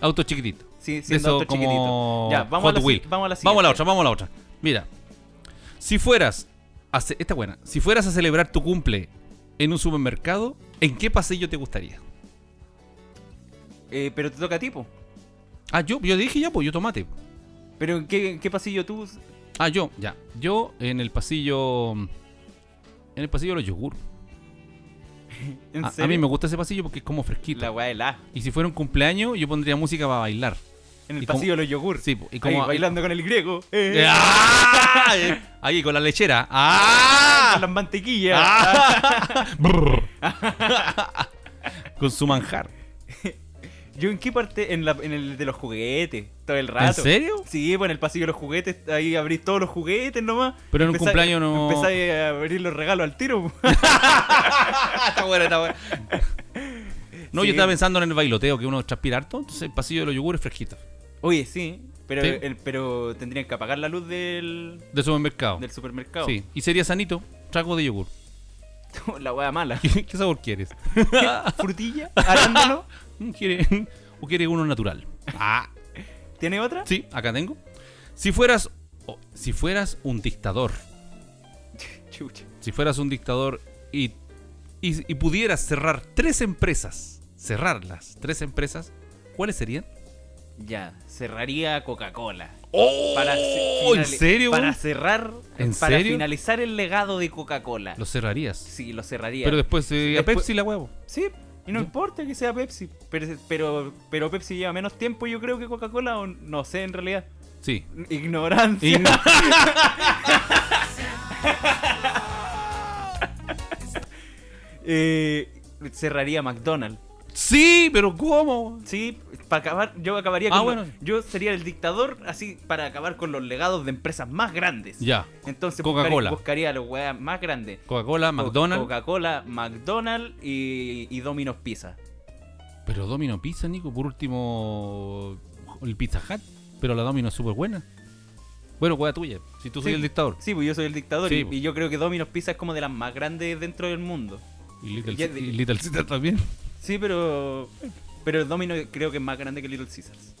A: Autos chiquititos.
B: Sí,
A: De
B: siendo
A: eso
B: autos
A: como
B: chiquititos. Ya, vamos a,
A: Hot
B: la, si-
A: Wheel.
B: vamos a la siguiente.
A: Vamos a la otra, vamos a la otra. Mira, si fueras, a ce- esta es buena, si fueras a celebrar tu cumple en un supermercado, ¿en qué pasillo te gustaría?
B: Eh, pero te toca a ti, po.
A: Ah, yo, yo dije ya, pues yo tomate.
B: Pero ¿en qué, en qué pasillo tú?
A: Ah, yo, ya. Yo en el pasillo, en el pasillo de los yogur.
B: ¿En
A: A, a
B: serio?
A: mí me gusta ese pasillo porque es como fresquito.
B: La weá de la.
A: Y si fuera un cumpleaños, yo pondría música para bailar.
B: En el
A: Y como-
B: pasillo de los yogur.
A: Sí, po, y
B: Ahí,
A: como
B: bailando con el griego. Eh,
A: Eh, ¡ah! Eh, Ahí con la lechera. ¡Ah!
B: Con las mantequillas.
A: Brr. con su manjar.
B: Yo en qué parte, en, la, en el de los juguetes, todo el rato.
A: ¿En serio?
B: Sí, pues en el pasillo de los juguetes, ahí abrís todos los juguetes nomás.
A: Pero en un
B: Empezá-
A: cumpleaños no-
B: Empezáis a abrir los regalos al tiro.
A: está bueno, está bueno. No,
B: Sí.
A: yo estaba pensando en el bailoteo, que uno transpira harto, entonces el pasillo de los yogures fresquito.
B: Oye, sí, pero,
A: Sí.
B: el- pero tendrían que apagar la luz del,
A: De supermercado.
B: del supermercado.
A: Sí. Y sería sanito, trago de yogur.
B: la wea mala.
A: ¿Qué, qué sabor quieres?
B: Frutilla, arándano.
A: Mm, ¿Quiere, ¿O quieres uno natural? Ah.
B: ¿Tiene otra?
A: Sí, acá tengo. Si fueras. oh, si fueras un dictador.
B: Chucha.
A: Si fueras un dictador y, y, y pudieras cerrar tres empresas, cerrarlas, tres empresas, ¿cuáles serían?
B: Ya, cerraría Coca-Cola.
A: ¡Oh!
B: Para ce-
A: ¿En
B: finali-
A: serio?
B: Para cerrar,
A: ¿En
B: para
A: serio?
B: finalizar el legado de Coca-Cola.
A: Lo cerrarías.
B: Sí, lo cerraría.
A: Pero después sería
B: Después-
A: Pepsi la huevo.
B: Sí, y no
A: Ya.
B: importa que sea Pepsi. Pero, pero, pero Pepsi lleva menos tiempo, yo creo, que Coca-Cola, o no sé en realidad.
A: Sí.
B: Ignorancia.
A: Y no-
B: Eh, cerraría McDonald's.
A: Sí, pero ¿cómo?
B: Sí, para acabar, yo acabaría
A: Ah,
B: con.
A: bueno.
B: los- yo sería el dictador, así, para acabar con los legados de empresas más grandes.
A: Ya.
B: Entonces,
A: Coca-Cola.
B: buscaría, buscaría a los weas más grandes:
A: Coca-Cola,
B: Co-
A: McDonald's.
B: Coca-Cola, McDonald's y, y Domino's Pizza.
A: Pero Domino Pizza, Nico, por último el Pizza Hut, pero la Domino es súper buena. Bueno, hueá tuya, si tú soy
B: Sí.
A: el dictador.
B: Sí, pues yo soy el dictador
A: Sí,
B: y,
A: pues.
B: y yo creo que Domino's Pizza es como de las más grandes dentro del mundo.
A: Y Little,
B: Ya,
A: Caesar-
B: de-
A: y Little Caesar también.
B: Sí, pero. Pero el Domino creo que es más grande que Little Caesars.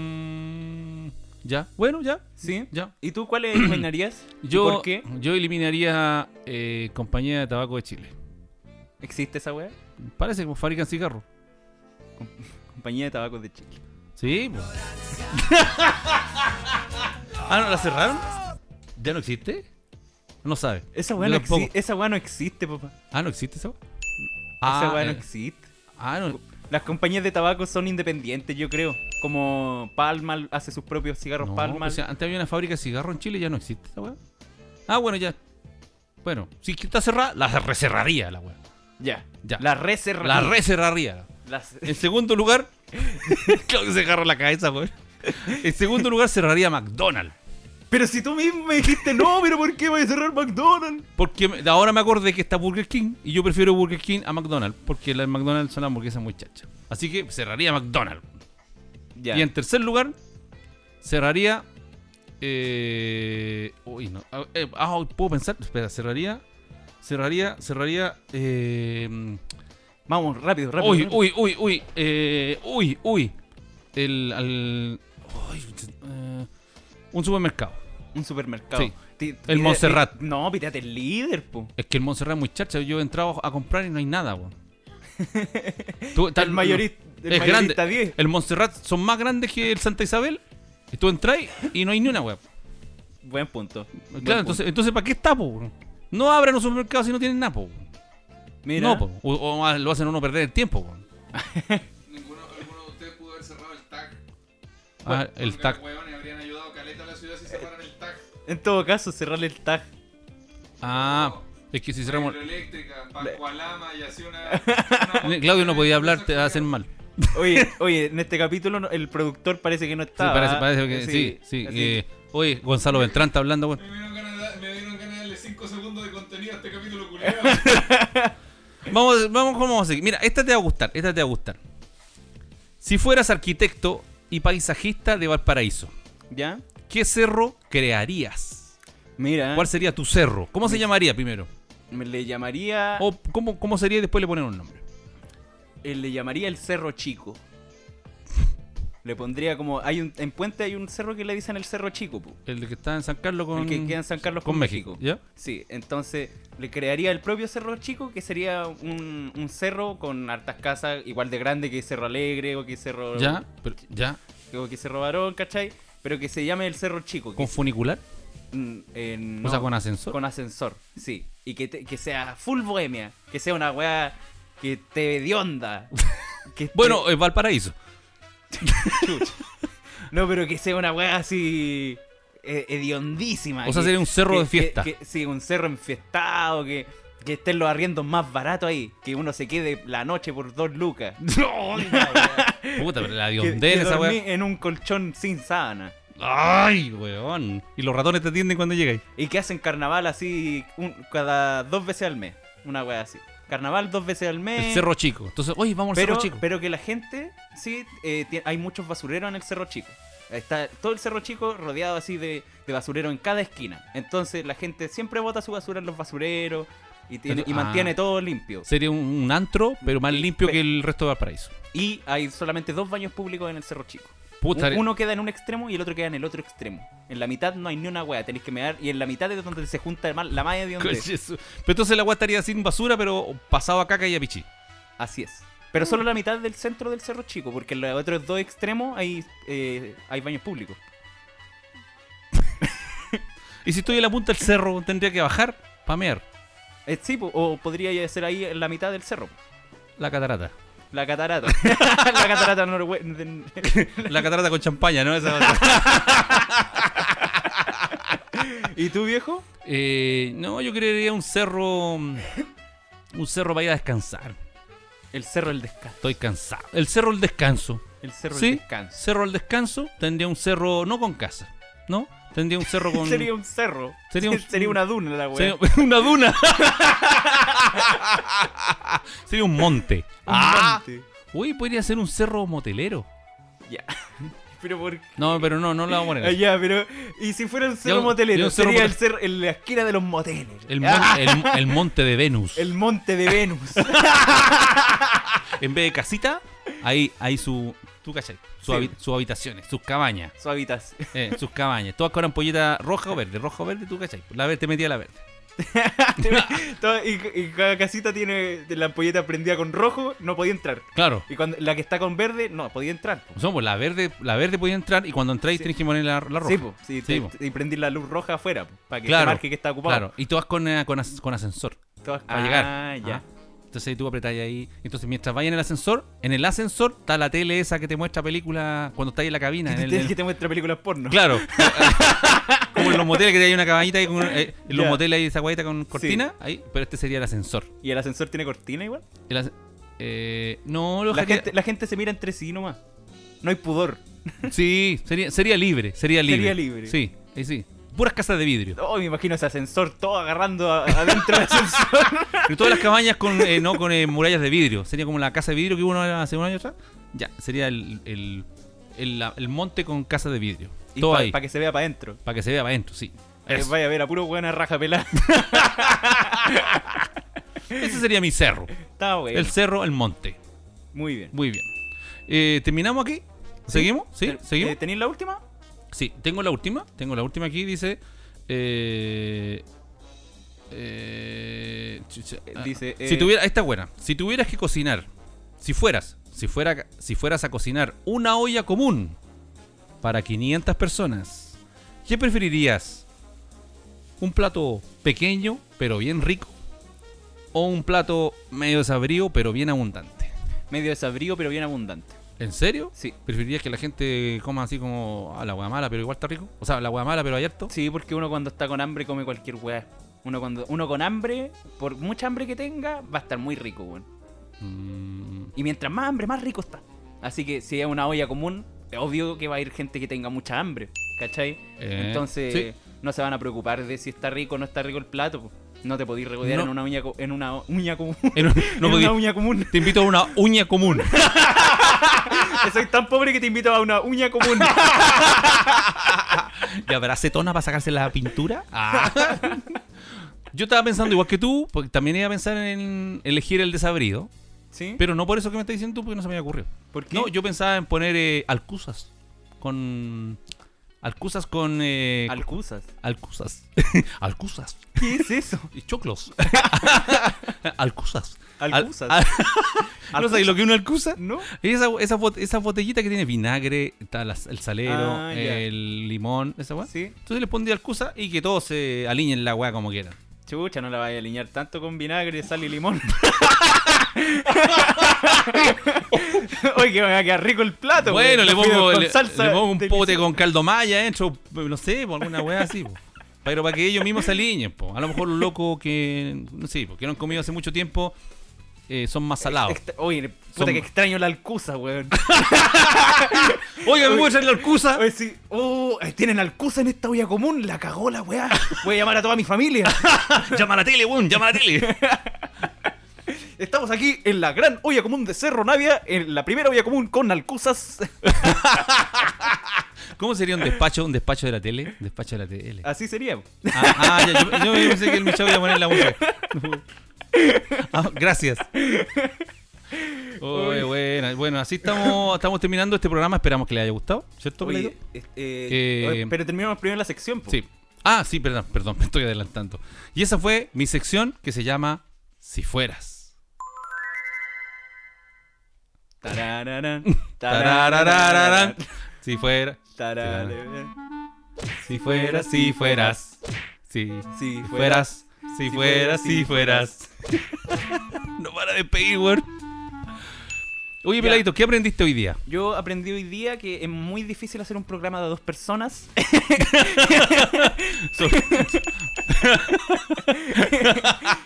A: Mm, ya, bueno, ya.
B: ¿Sí?
A: Ya.
B: ¿Y tú cuáles eliminarías? ¿Y
A: Yo,
B: ¿Por qué
A: yo eliminaría eh, Compañía de Tabaco de Chile.
B: existe esa wea?
A: Parece que fabrican cigarros.
B: Compañía de Tabacos de Chile.
A: Sí, po. ah, ¿no la cerraron? ¿Ya no existe? No sabe.
B: Esa weá
A: Yo
B: no,
A: tampoco.
B: exi- esa weá no existe, papá.
A: Ah, ¿no existe esa weá?
B: esa weá no
A: eh,
B: existe.
A: ah, no.
B: Las compañías de tabaco son independientes, yo creo. Como Palmal hace sus propios cigarros
A: No,
B: Palmal.
A: o sea, antes había una fábrica de cigarro en Chile, ya no existe esa weá. Ah, bueno, ya. Bueno, si es que está cerrada, la recerraría la weá.
B: ya.
A: ya.
B: La red se
A: La recerraría.
B: Las-
A: En segundo lugar, claro que se agarra la cabeza, weón. En segundo lugar, cerraría McDonald's.
B: Pero si tú mismo me dijiste, no, pero ¿por qué voy a cerrar McDonald's?
A: Porque me- ahora me acordé que está Burger King y yo prefiero Burger King a McDonald's porque las de McDonald's son las hamburguesas muy chachas. Así que cerraría McDonald's.
B: Ya.
A: Y en tercer lugar, cerraría. eh, uy, no. Ah, eh, ah, puedo pensar. Espera, cerraría. Cerraría, cerraría. eh,
B: Vamos, rápido, rápido.
A: uy,
B: rápido.
A: uy, uy, uy, eh, uy, uy. El. al- uy, eh, un supermercado.
B: Un supermercado.
A: Sí.
B: Ti- ti-
A: El Montserrat.
B: ti- No, pírate el líder, po.
A: Es que el Montserrat es muy chacha. Yo he entrado a comprar y no hay nada, weón. Tú- tal-
B: El mayorista. El
A: es grande.
B: mayorista 10.
A: El Montserrat son más grandes que el Santa Isabel. Y tú entras y no hay ni una, weón.
B: Buen punto. Buen
A: Claro,
B: punto.
A: entonces, entonces ¿para qué está, po? weón? No abran un supermercado si no tienen nada, po. weón.
B: Mira,
A: No, po. O, o a- lo hacen a uno perder el tiempo, po.
G: Ninguno, alguno de ustedes pudo haber cerrado el tag.
A: Ah, el
G: Porque
A: TAC.
G: los huevones habrían ayudado caleta a la ciudad si cerraran el tag.
B: en todo caso, cerrarle el tag.
A: Ah, es que si cerramos.
G: Hidroeléctrica, Pascualama y así una. una-
A: Claudio no podía hablar, te hacen mal.
B: Oye, oye, en este capítulo no- el productor parece que no
A: Sí,
B: está.
A: parece,
B: ¿ah?
A: parece que sí, sí.
B: así.
A: eh, oye, Gonzalo Beltrán está hablando, weón.
G: Me dieron ganas de- me dieron ganas de darle 5 segundos de contenido a este capítulo culiado.
A: Vamos, vamos, ¿cómo vamos a seguir? Mira, esta te va a gustar, esta te va a gustar. Si fueras arquitecto y paisajista de Valparaíso,
B: ¿Ya?
A: ¿qué cerro crearías?
B: Mira,
A: ¿Cuál sería tu cerro? ¿Cómo se Oh, llamaría primero?
B: me le llamaría.
A: ¿O cómo, cómo sería y después le ponen un nombre?
B: eh, le llamaría el Cerro Chico. Le pondría como. hay un, En Puente hay un cerro que le dicen el Cerro Chico, pu.
A: El que está en San Carlos con...
B: El que queda en San Carlos
A: con,
B: con,
A: México. ¿Ya?
B: Sí, entonces le crearía el propio Cerro Chico, que sería un, un cerro con hartas casas igual de grande que Cerro Alegre o que Cerro.
A: Ya, pero- ya.
B: o que Cerro Barón, ¿cachai? Pero que se llame el Cerro Chico. que
A: ¿Con funicular?
B: Mm, eh,
A: O sea,
B: no,
A: con ascensor.
B: Con ascensor, sí. Y que, te- que sea full bohemia. Que sea una weá que te de onda.
A: Bueno, eh, Valparaíso.
B: No, pero que sea una weá así. eh, Hediondísima.
A: O sea,
B: que-
A: sería un cerro
B: que-
A: de fiesta.
B: que- que- sí, un cerro enfiestado. Que, que estén los arriendos más baratos ahí. Que uno se quede la noche por dos lucas.
A: Puta, pero la
B: Que-
A: diondera
B: que
A: esa
B: dormí
A: weá.
B: en un colchón sin sábana.
A: Ay, weón. Y los ratones te atienden cuando llegáis.
B: Y que hacen carnaval así un- cada dos veces al mes. Una weá así. Carnaval dos veces al mes.
A: El cerro chico. Entonces, oye, vamos al
B: Eh. pero,
A: cerro chico.
B: pero que la gente, sí, eh, ti- hay muchos basureros en el Cerro Chico. Está todo el Cerro Chico rodeado así de, de basurero en cada esquina. Entonces la gente siempre bota su basura en los basureros y, tiene-
A: Pero-
B: y
A: ah.
B: mantiene todo limpio.
A: Sería un, un antro, pero más limpio que el resto de Valparaíso.
B: Y hay solamente dos baños públicos en el Cerro Chico.
A: Puta, eh.
B: Un- Uno queda en un extremo y el otro queda en el otro extremo. En la mitad no hay ni una hueá, tenéis que mear. Y en la mitad es donde se junta ma- la malla de donde.
A: Coche su- Pero entonces la agua estaría sin basura, pero pasado a caca y a pichí.
B: Así es. Pero solo la mitad del centro del Cerro Chico, porque en los otros dos extremos hay, eh, hay baños públicos.
A: Y si estoy en la punta del cerro, tendría que bajar para mear
B: Eh, sí, po, o podría ya ser ahí en la mitad del cerro.
A: la catarata.
B: La catarata. la catarata norue- de-
A: La catarata con champaña, ¿no? Esa otra.
B: ¿Y tú, viejo?
A: Eh, no, yo creería un cerro. Un cerro para ir a descansar.
B: El cerro del descanso.
A: Estoy cansado. El cerro del descanso.
B: El cerro
A: Sí.
B: del descanso.
A: Cerro del descanso tendría un cerro no con casa, ¿no? Tendría un cerro con.
B: Sería un cerro.
A: Sería un-
B: Sería una duna la weá.
A: sería una duna. sería un monte. Ah.
B: monte.
A: Uy, podría ser un cerro motelero.
B: Ya. Pero por
A: No, pero no, no la vamos a poner.
B: Ah,
A: así.
B: ya, pero. ¿Y si fuera un cerro
A: Yo-
B: motelero?
A: yo un cerro
B: sería el
A: motel-
B: cerro, en la esquina de los moteles.
A: El, mon-
B: Ah,
A: el- el monte de Venus.
B: el monte de Venus.
A: En vez de casita, ahí, ahí su. ¿Tú cachai? Su
B: Sí.
A: habi- Sus habitaciones, sus cabañas.
B: Su habitación.
A: eh, sus cabañas. Todas con ampolleta roja o verde. Roja o verde, tú cachai. La verde, te metía la verde.
B: Toda- y, y cada casita tiene la ampolleta prendida con rojo, no podía entrar.
A: Claro.
B: Y cuando la que está con verde, no, podía entrar. po.
A: Somos pues, la verde, la verde podía entrar y cuando entráis
B: Sí.
A: tenés que poner la, la roja.
B: Sí, po, sí,
A: Sí,
B: te-
A: po.
B: y prendí la luz roja afuera, po, para que
A: Claro,
B: se marque que está ocupado.
A: Claro, y todas con, eh, con, as- con ascensor
B: Todas-
A: para
B: ah,
A: llegar.
B: ya.
A: Ah. Entonces ahí tú apretáis ahí. Entonces mientras vayas en el ascensor, en el ascensor está la tele esa que te muestra película cuando estás en la cabina. en
B: Que
A: el-
B: te-
A: en-
B: que te muestra películas porno.
A: Claro. Como en los moteles que hay una cabañita y con, eh, en los
B: Ya.
A: moteles hay esa guayita con cortina. Ahí, pero este sería el ascensor.
B: ¿Y el ascensor tiene cortina igual?
A: El as- eh, no, lo
B: La
A: dejaría-
B: gente, la gente se mira entre sí nomás. No hay pudor.
A: Sí, sería, sería libre, sería libre.
B: Sería libre.
A: Sí, ahí sí. Puras casas de vidrio.
B: Oh, me imagino ese ascensor todo agarrando a- adentro del ascensor.
A: Pero todas las cabañas con eh, no con eh, murallas de vidrio. Sería como la casa de vidrio que hubo hace un año atrás. Ya, sería el, el, el- la- el monte con casa de vidrio.
B: Y
A: Todo
B: para
A: ahí. Para
B: que se vea para adentro.
A: que se vea para adentro, sí.
B: Que
A: Eso.
B: vaya a ver a puro buena raja pelada.
A: Ese sería mi cerro.
B: Está bueno.
A: El cerro, el monte.
B: Muy bien.
A: Muy bien. Eh, ¿Terminamos aquí? ¿Seguimos? ¿Sí?
B: Pero,
A: ¿Seguimos?
B: eh, ¿Tenéis la última?
A: Sí, tengo la última. Tengo la última aquí. Dice. eh, eh, chucha, ah,
B: Dice,
A: si
B: eh,
A: tuviera, esta es buena. Si tuvieras que cocinar, si fueras, si fuera, si fueras a cocinar una olla común para 500 personas, ¿qué preferirías? Un plato pequeño pero bien rico o un plato medio sabrío pero bien abundante.
B: Medio desabrido, pero bien abundante.
A: ¿En serio?
B: Sí.
A: ¿Preferirías que la gente coma así como a la guamala, pero igual está rico? O sea, la guamala, pero abierto.
B: Sí, porque uno cuando está con hambre come cualquier weá. Uno cuando uno con hambre, por mucha hambre que tenga, va a estar muy rico, weón.
A: Mm,
B: Y mientras más hambre, más rico está. Así que si es una olla común, es obvio que va a ir gente que tenga mucha hambre, ¿cachai?
A: Eh,
B: Entonces
A: sí.
B: no se van a preocupar de si está rico o no está rico el plato. po. No te podís regodear
A: No.
B: en una uña co- en una uña común.
A: en un- no
B: en
A: podí-
B: una uña común.
A: Te invito a una uña común.
B: Que soy tan pobre que te invito a una uña común.
A: ¿Y habrá acetona para sacarse la pintura? Ah. Yo estaba pensando igual que tú, porque también iba a pensar en elegir el desabrido.
B: ¿Sí?
A: Pero no por eso que me estás diciendo tú, porque no se me había ocurrido.
B: ¿Por qué?
A: No, yo pensaba en poner eh, alcusas. Con. Alcusas con. eh,
B: Alcusas.
A: alcusas. alcusas.
B: ¿Qué es eso?
A: Y choclos. alcusas. Al-
B: Alcusas.
A: al- ¿No sabes lo que es una alcusa?
B: ¿No?
A: Esa, esa, bot- esa botellita que tiene vinagre, está la- el salero,
B: Ah, ya.
A: el limón, esa weá.
B: Sí.
A: Entonces le pondría alcusa y que todos se alineen la weá como quieran.
B: Chucha, no la vaya a alinear tanto con vinagre, sal y limón. Oye, que me va a quedar rico el plato.
A: bueno,
B: weón.
A: le
B: Los fideos
A: pongo,
B: con
A: le,
B: salsa
A: le pongo un
B: deliciosa.
A: pote con caldo maya dentro, no sé, po, alguna weá así. po. Pero para que ellos mismos se alineen, po. A lo mejor los locos que, no sé, po, que no han comido hace mucho tiempo eh, son más salados.
B: Ext- Oye, puta
A: Son-
B: que extraño la alcusa, weón.
A: Oiga, me voy a traer la alcusa.
B: Oye, sí. Oh, tienen alcusa en esta olla común, la cagó la weá. Voy a llamar a toda mi familia.
A: Llama a la tele, weón, llama a la tele.
B: Estamos aquí en la gran olla común de Cerro Navia, en la primera olla común con alcusas.
A: ¿Cómo sería un despacho, un despacho de la tele? Despacho de la tele.
B: Así sería.
A: Ah, ah, ya, yo, yo pensé que el Michao iba a poner la música. Ah, gracias. Oye, buena. Bueno, así estamos, estamos terminando este programa. Esperamos que les haya gustado, ¿cierto? Pelayo?
B: Oye, eh, eh,
A: Eh,
B: oye, pero terminamos primero la sección. po.
A: Sí. Ah, sí, perdón, perdón, me estoy adelantando. Y esa fue mi sección que se llama Si fueras.
B: Tarararán,
A: Tarararararán.
B: tarararán,
A: Si fuera,
B: tarararán.
A: si fueras, si fueras. Si,
B: Si fueras,
A: fueras, si fueras, si fueras. no para de pedir, weón. Oye,
B: Ya.
A: Peladito, ¿qué aprendiste hoy día?
B: yo aprendí hoy día que es muy difícil hacer un programa de dos personas.
A: So-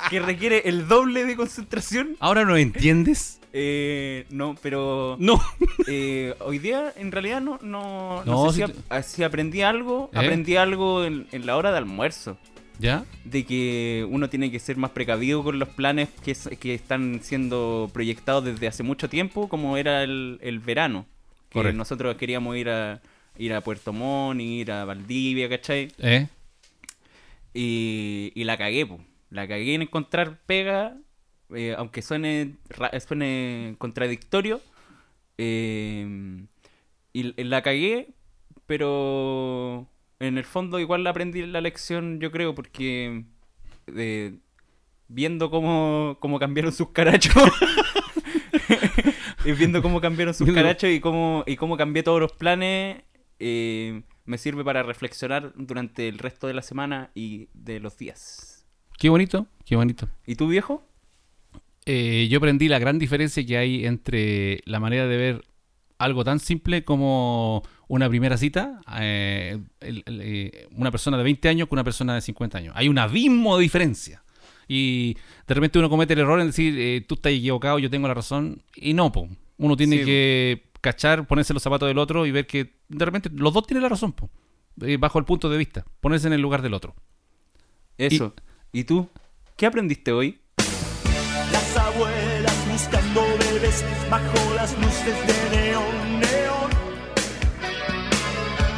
B: que requiere el doble de concentración.
A: ¿Ahora no entiendes?
B: Eh, no, pero
A: No.
B: eh, hoy día en realidad no, no, no
A: No,
B: sé
A: si
B: si, ap- si aprendí algo.
A: ¿Eh?
B: Aprendí algo en, en la hora de almuerzo.
A: ¿Ya?
B: De que uno tiene que ser más precavido con los planes que, es- que están siendo proyectados desde hace mucho tiempo, como era el, el verano. Que
A: Correcto.
B: nosotros queríamos ir a, ir a Puerto Montt, ir a Valdivia, ¿cachai?
A: ¿Eh?
B: Y, y la cagué, po. La cagué en encontrar pega, eh, aunque suene, ra- eh, suene contradictorio. eh, y, y la cagué, pero en el fondo igual aprendí la lección, yo creo, porque eh, viendo cómo, cómo cambiaron sus carachos. y viendo cómo cambiaron sus
A: Viendo-
B: carachos y cómo, y cómo cambié todos los planes, eh, me sirve para reflexionar durante el resto de la semana y de los días.
A: Qué bonito, qué bonito.
B: ¿Y tú, viejo?
A: Eh, yo aprendí la gran diferencia que hay entre la manera de ver algo tan simple como una primera cita, eh, el- el- eh, una persona de 20 años con una persona de 50 años. Hay un abismo de diferencia. Y de repente uno comete el error en decir, eh, tú estás equivocado, yo tengo la razón. Y no, po. uno tiene
B: Sí.
A: que cachar, ponerse los zapatos del otro y ver que de repente los dos tienen la razón, po. Eh, bajo el punto de vista, ponerse en el lugar del otro.
B: Eso. ¿Y tú? ¿Qué aprendiste hoy?
C: Las abuelas buscando bebés bajo las luces de neón, neón.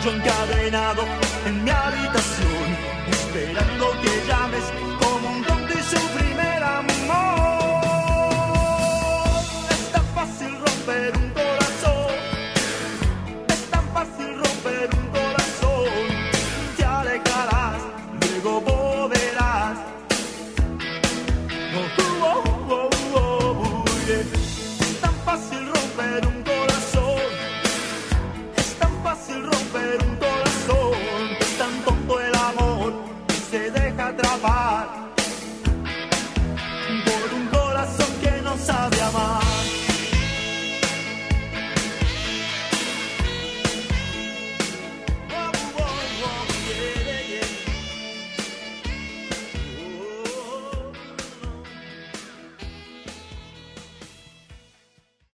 C: Yo encadenado en mi habitación, esperando que llames